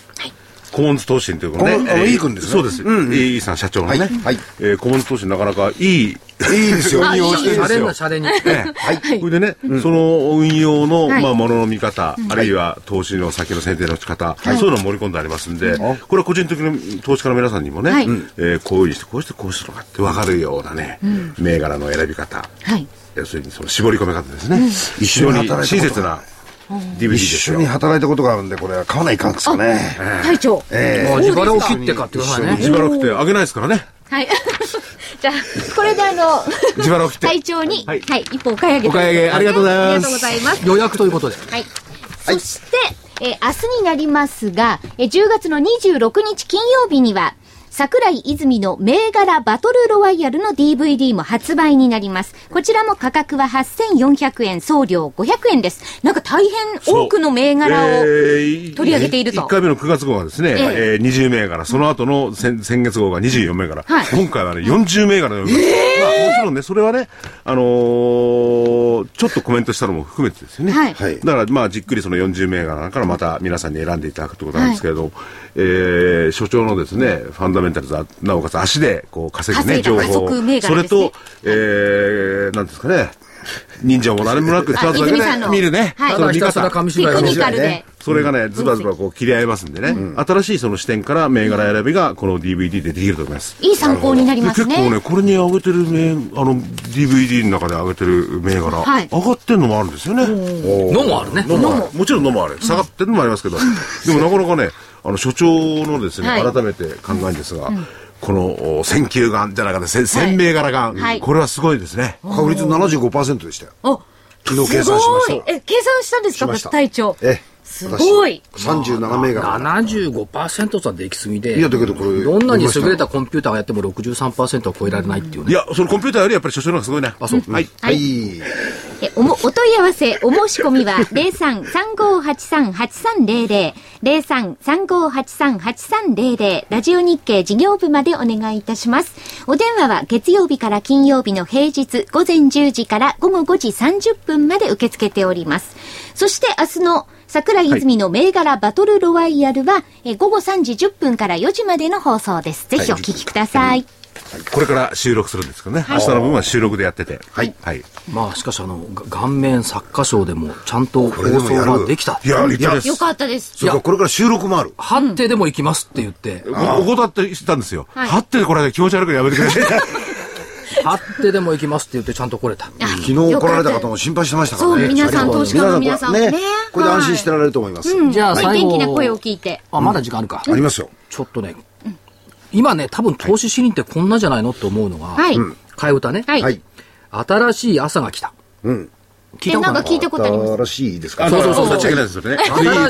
[SPEAKER 4] コモンズ投信ということね
[SPEAKER 3] コモンあ。いい君ですね
[SPEAKER 4] そうです。いいさん社長のね。
[SPEAKER 3] はいはい
[SPEAKER 4] えーコモンズ投信なかなかいい
[SPEAKER 3] い いですよ。
[SPEAKER 4] 運用をしてるん
[SPEAKER 1] シ
[SPEAKER 4] で
[SPEAKER 1] ャ
[SPEAKER 4] す
[SPEAKER 1] レに
[SPEAKER 4] よ
[SPEAKER 1] な。シャレに。
[SPEAKER 4] はい。それでね、その運用の、
[SPEAKER 5] はい
[SPEAKER 4] まあ、ものの見方、あるいは投資の先の選定の仕方、そういうのも盛り込んでありますんで、これは個人的な投資家の皆さんにもね、
[SPEAKER 5] はい
[SPEAKER 4] うんえーこういうふうにして、こうしてこうするのかって分かるようなね、銘柄の選び方、
[SPEAKER 5] はい。
[SPEAKER 4] 要するにその絞り込み方ですね。一緒に親切な DVD で
[SPEAKER 6] 一
[SPEAKER 4] す
[SPEAKER 6] 緒
[SPEAKER 4] よ
[SPEAKER 6] に働いたことがあるんで、これは買わないかんですかね。
[SPEAKER 5] 隊長。
[SPEAKER 6] え
[SPEAKER 1] もう
[SPEAKER 6] え
[SPEAKER 1] 自腹を切って買ってくださいね。
[SPEAKER 4] 自腹くてあげないですからね
[SPEAKER 5] はい。じゃあ、これであ の、
[SPEAKER 4] 自腹を切って
[SPEAKER 5] 隊長に、はい、一本お買い上げ
[SPEAKER 4] お買い上げありがとうございます
[SPEAKER 5] ありがとうございます。
[SPEAKER 1] 予約ということで。
[SPEAKER 5] はい。そして、えー明日になりますが、えー10月の26日金曜日には、桜井泉の銘柄バトルロワイヤルの DVD も発売になります。こちらも価格は8400円、送料500円です。なんか大変多くの銘柄を。
[SPEAKER 4] 取
[SPEAKER 5] 取り上げていると
[SPEAKER 4] 1回目の9月号がですね、え
[SPEAKER 5] ええ
[SPEAKER 4] ー20銘柄、その後の先先月号が24銘柄、
[SPEAKER 5] はい
[SPEAKER 4] 今回はね、40銘柄でございます、まあ、もちろんね、それはね、あのーちょっとコメントしたのも含めてですよね。
[SPEAKER 5] はい
[SPEAKER 6] はい
[SPEAKER 4] だから、まあ、じっくりその40銘柄からまた皆さんに選んでいただくということなんですけれども、えー所長のですね、ファンダメンタルズは、なおかつ足でこう稼ぐね、
[SPEAKER 5] 稼い
[SPEAKER 4] 情
[SPEAKER 5] だ
[SPEAKER 4] 報
[SPEAKER 5] 加速
[SPEAKER 4] を、
[SPEAKER 5] 銘
[SPEAKER 4] そ
[SPEAKER 5] 柄
[SPEAKER 4] れ
[SPEAKER 5] ですね
[SPEAKER 4] と、えー、なんですかね、忍者も何もなく、チャー
[SPEAKER 5] あ
[SPEAKER 4] トだけ
[SPEAKER 5] 泉さん
[SPEAKER 4] ね、
[SPEAKER 5] の
[SPEAKER 4] 見るね、
[SPEAKER 5] はい
[SPEAKER 4] その
[SPEAKER 1] ひ
[SPEAKER 4] 見
[SPEAKER 1] たすら
[SPEAKER 4] 方。
[SPEAKER 1] 紙
[SPEAKER 5] テ
[SPEAKER 1] 芝居
[SPEAKER 5] ク
[SPEAKER 1] を
[SPEAKER 5] ニ
[SPEAKER 1] 見
[SPEAKER 5] カルで。
[SPEAKER 4] それがね、ズバズバこう切り合いますんでね、新しいその視点から銘柄選びがこの DVD でできると思います。
[SPEAKER 5] いい参考になり
[SPEAKER 4] で
[SPEAKER 5] ます
[SPEAKER 4] 結構
[SPEAKER 5] ね。
[SPEAKER 4] ね、これに上げてる銘、あの、DVD の中で上げてる銘柄、
[SPEAKER 5] はい
[SPEAKER 4] 上がってるのもあるんですよね。
[SPEAKER 1] のもあるね。
[SPEAKER 4] のもあるもちろんのもある。下がってるのもありますけど、でもなかなかね、あの、所長のですね、
[SPEAKER 5] はい
[SPEAKER 4] 改めて考えるんですが、この、お選球眼じゃなくて、せ選銘柄眼、
[SPEAKER 5] はい
[SPEAKER 4] これはすごいですね。
[SPEAKER 3] 確率75%でしたよ。
[SPEAKER 5] お、
[SPEAKER 3] 昨日計
[SPEAKER 5] す
[SPEAKER 3] 算しま
[SPEAKER 5] ご
[SPEAKER 3] し
[SPEAKER 5] い。え、計算したんですか、
[SPEAKER 3] ました
[SPEAKER 5] 隊長。
[SPEAKER 3] ええ
[SPEAKER 5] すごい。
[SPEAKER 3] た。37銘柄。
[SPEAKER 1] 75%とはできすぎで。
[SPEAKER 3] いやだけどこれ
[SPEAKER 1] どんなに優れたコンピューターがやっても63%は超えられないっていう
[SPEAKER 4] い
[SPEAKER 1] ね。
[SPEAKER 4] や、そのコンピューターよりやっぱり所長の方がすごいね。あ、そう。はい。
[SPEAKER 3] はい。
[SPEAKER 5] えおも、お問い合わせ、お申し込みは、03-3583-8300、03-3583-8300、ラジオ日経事業部までお願いいたします。お電話は月曜日から金曜日の平日午前10時から午後5時30分まで受け付けております。そして明日の桜井泉の銘柄バトルロワイヤルは、え午後3時10分から4時までの放送です。ぜひお聞きください。
[SPEAKER 4] これから収録するんですけどね、明日の分は収録でやってて、はい、はい、
[SPEAKER 1] まあ、しかし、あの、が顔面作家賞でもちゃんと放送ができた。
[SPEAKER 4] いや、立派です
[SPEAKER 5] よ。かったです。
[SPEAKER 3] それからこれから収録もある。
[SPEAKER 1] はってでも行きますって言って、
[SPEAKER 4] おお断ってしたんですよ。
[SPEAKER 5] はい
[SPEAKER 4] はってこれで気持ち悪くやめてくれ。
[SPEAKER 1] はってでも行きますって言ってちゃんと来れた。
[SPEAKER 3] 昨日来られた方も心配してましたから
[SPEAKER 5] そう、
[SPEAKER 3] ね。
[SPEAKER 5] 皆さん、投資家の皆さんもね。
[SPEAKER 3] これで安心して
[SPEAKER 5] は
[SPEAKER 3] られると思います。
[SPEAKER 1] じゃあ
[SPEAKER 5] い
[SPEAKER 1] 最後。
[SPEAKER 5] 元気な声を聞いて。
[SPEAKER 1] あ、まだ時間あるか。
[SPEAKER 3] ありますよ。
[SPEAKER 1] ちょっとね、今ね、多分投資主任ってこんなじゃないのって思うのが、
[SPEAKER 5] はいうん
[SPEAKER 1] 替え歌ね、
[SPEAKER 5] はい。
[SPEAKER 3] はい。
[SPEAKER 1] 新しい朝が来た。
[SPEAKER 3] うん。
[SPEAKER 1] 聞い
[SPEAKER 5] で、
[SPEAKER 1] たこ
[SPEAKER 5] な
[SPEAKER 1] と
[SPEAKER 5] んか
[SPEAKER 1] ない
[SPEAKER 5] 聞いたことあります。
[SPEAKER 3] 新しいです か
[SPEAKER 4] あ、そうそうそう、
[SPEAKER 5] そ
[SPEAKER 4] そうっちがいけないですよね。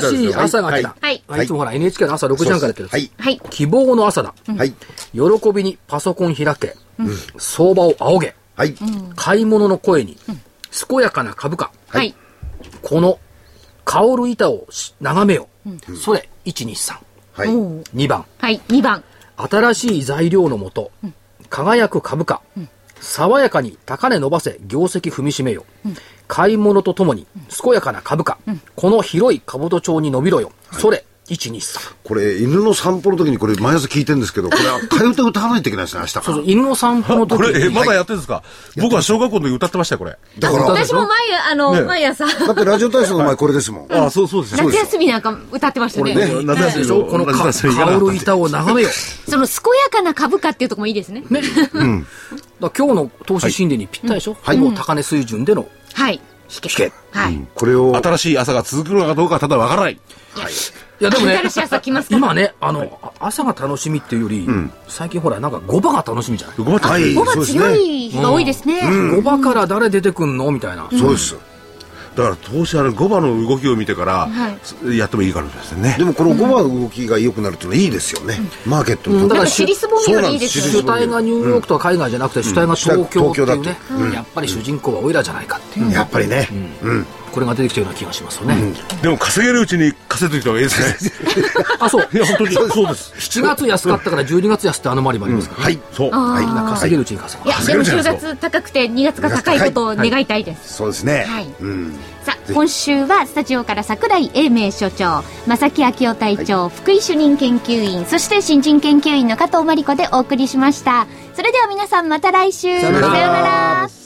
[SPEAKER 1] 新しい朝が来た。
[SPEAKER 5] はい
[SPEAKER 1] あいつもほら NHK の朝6時半からやってるやつ
[SPEAKER 3] はい。
[SPEAKER 5] はい。
[SPEAKER 1] 希望の朝だ。
[SPEAKER 3] はい。
[SPEAKER 1] 喜びにパソコン開け。相場を仰げ。
[SPEAKER 3] はい。
[SPEAKER 1] 買い物の声に。健やかな株価。
[SPEAKER 5] はい。
[SPEAKER 1] この、香る板をし眺めよ。それ、123。
[SPEAKER 3] はい。
[SPEAKER 1] 2番。
[SPEAKER 5] はい。2番。
[SPEAKER 1] 新しい材料のもと、輝く株価、爽やかに高値伸ばせ、業績踏みしめよ、買い物とともに、健やかな株価、この広い兜町に伸びろよ、それ、123。
[SPEAKER 3] これ、犬の散歩の時にこれ毎朝聞いてるんですけど、これは替え歌歌わないといけないですね、明日か
[SPEAKER 1] そう
[SPEAKER 3] ら
[SPEAKER 1] そう、。犬の散歩の時
[SPEAKER 4] これ、え、
[SPEAKER 1] に、
[SPEAKER 4] まだやってるんですか僕は小学校の時歌ってましたよ、これ。
[SPEAKER 3] だから、
[SPEAKER 1] 歌で
[SPEAKER 5] 私
[SPEAKER 1] しょ
[SPEAKER 5] も毎、あの、
[SPEAKER 4] ね
[SPEAKER 5] 毎朝、
[SPEAKER 3] だってラジオ体操の前これですもん。
[SPEAKER 4] あ、そうそうですそう
[SPEAKER 5] 夏
[SPEAKER 4] です。
[SPEAKER 5] 休みなんか歌ってましたね。
[SPEAKER 4] ね夏休
[SPEAKER 1] で
[SPEAKER 4] み
[SPEAKER 1] しょこのか香る板を眺めよ。
[SPEAKER 5] その、健やかな株価っていうとこもいいですね。
[SPEAKER 1] ね。だから今日の投資心理にぴったりでしょ、もう高値水準での
[SPEAKER 5] はい。
[SPEAKER 1] 引け。
[SPEAKER 5] はい。
[SPEAKER 3] これを、
[SPEAKER 4] 新しい朝が続くのかどうかはただわからない。
[SPEAKER 1] いやでもね
[SPEAKER 5] 新しい朝来ますから。
[SPEAKER 1] 今ね、あの、あ朝が楽しみっていうより、最近ほら、なんか5番が楽しみじゃない
[SPEAKER 4] ごめんなさい。
[SPEAKER 5] 5番
[SPEAKER 4] そうですね
[SPEAKER 5] 強い日が多いですね。
[SPEAKER 1] 5番から誰出てくんのみたいな。
[SPEAKER 3] そうです。
[SPEAKER 4] だから、投資はね、5番の動きを見てから
[SPEAKER 5] はい、
[SPEAKER 4] やってもいいかもしれませんね
[SPEAKER 3] で。もこの5番動きが良くなるっていうのはいいですよね。マーケットの
[SPEAKER 1] だ
[SPEAKER 5] な
[SPEAKER 1] か
[SPEAKER 5] ん
[SPEAKER 1] ら
[SPEAKER 5] か、尻すぼみよりいいですよね。
[SPEAKER 1] 主体がニューヨークとか海外じゃなくて、主体が東京っていうね、やっぱり主人公はオイラじゃないかっていう、
[SPEAKER 3] やっぱりね。
[SPEAKER 1] これが出てきたような気がしますよね。
[SPEAKER 4] でも、稼げるうちに稼いでいた方がいいです ね。
[SPEAKER 1] あ、そう。
[SPEAKER 4] いや、本当に。そうです。
[SPEAKER 1] 7月安かったから12月安ってあの周りもありますから、
[SPEAKER 4] はい。そう。
[SPEAKER 1] みんな稼げるうちに稼
[SPEAKER 5] い
[SPEAKER 1] ぐ。
[SPEAKER 5] や、でも10月高くて2月が高いことを願いたいです。
[SPEAKER 3] そうですね。
[SPEAKER 5] はい
[SPEAKER 3] うん。
[SPEAKER 5] さあ今週はスタジオから櫻井英明所長正木昭夫隊長、福井主任研究員そして新人研究員の加藤真理子でお送りしましたそれでは皆さんまた来週さようなら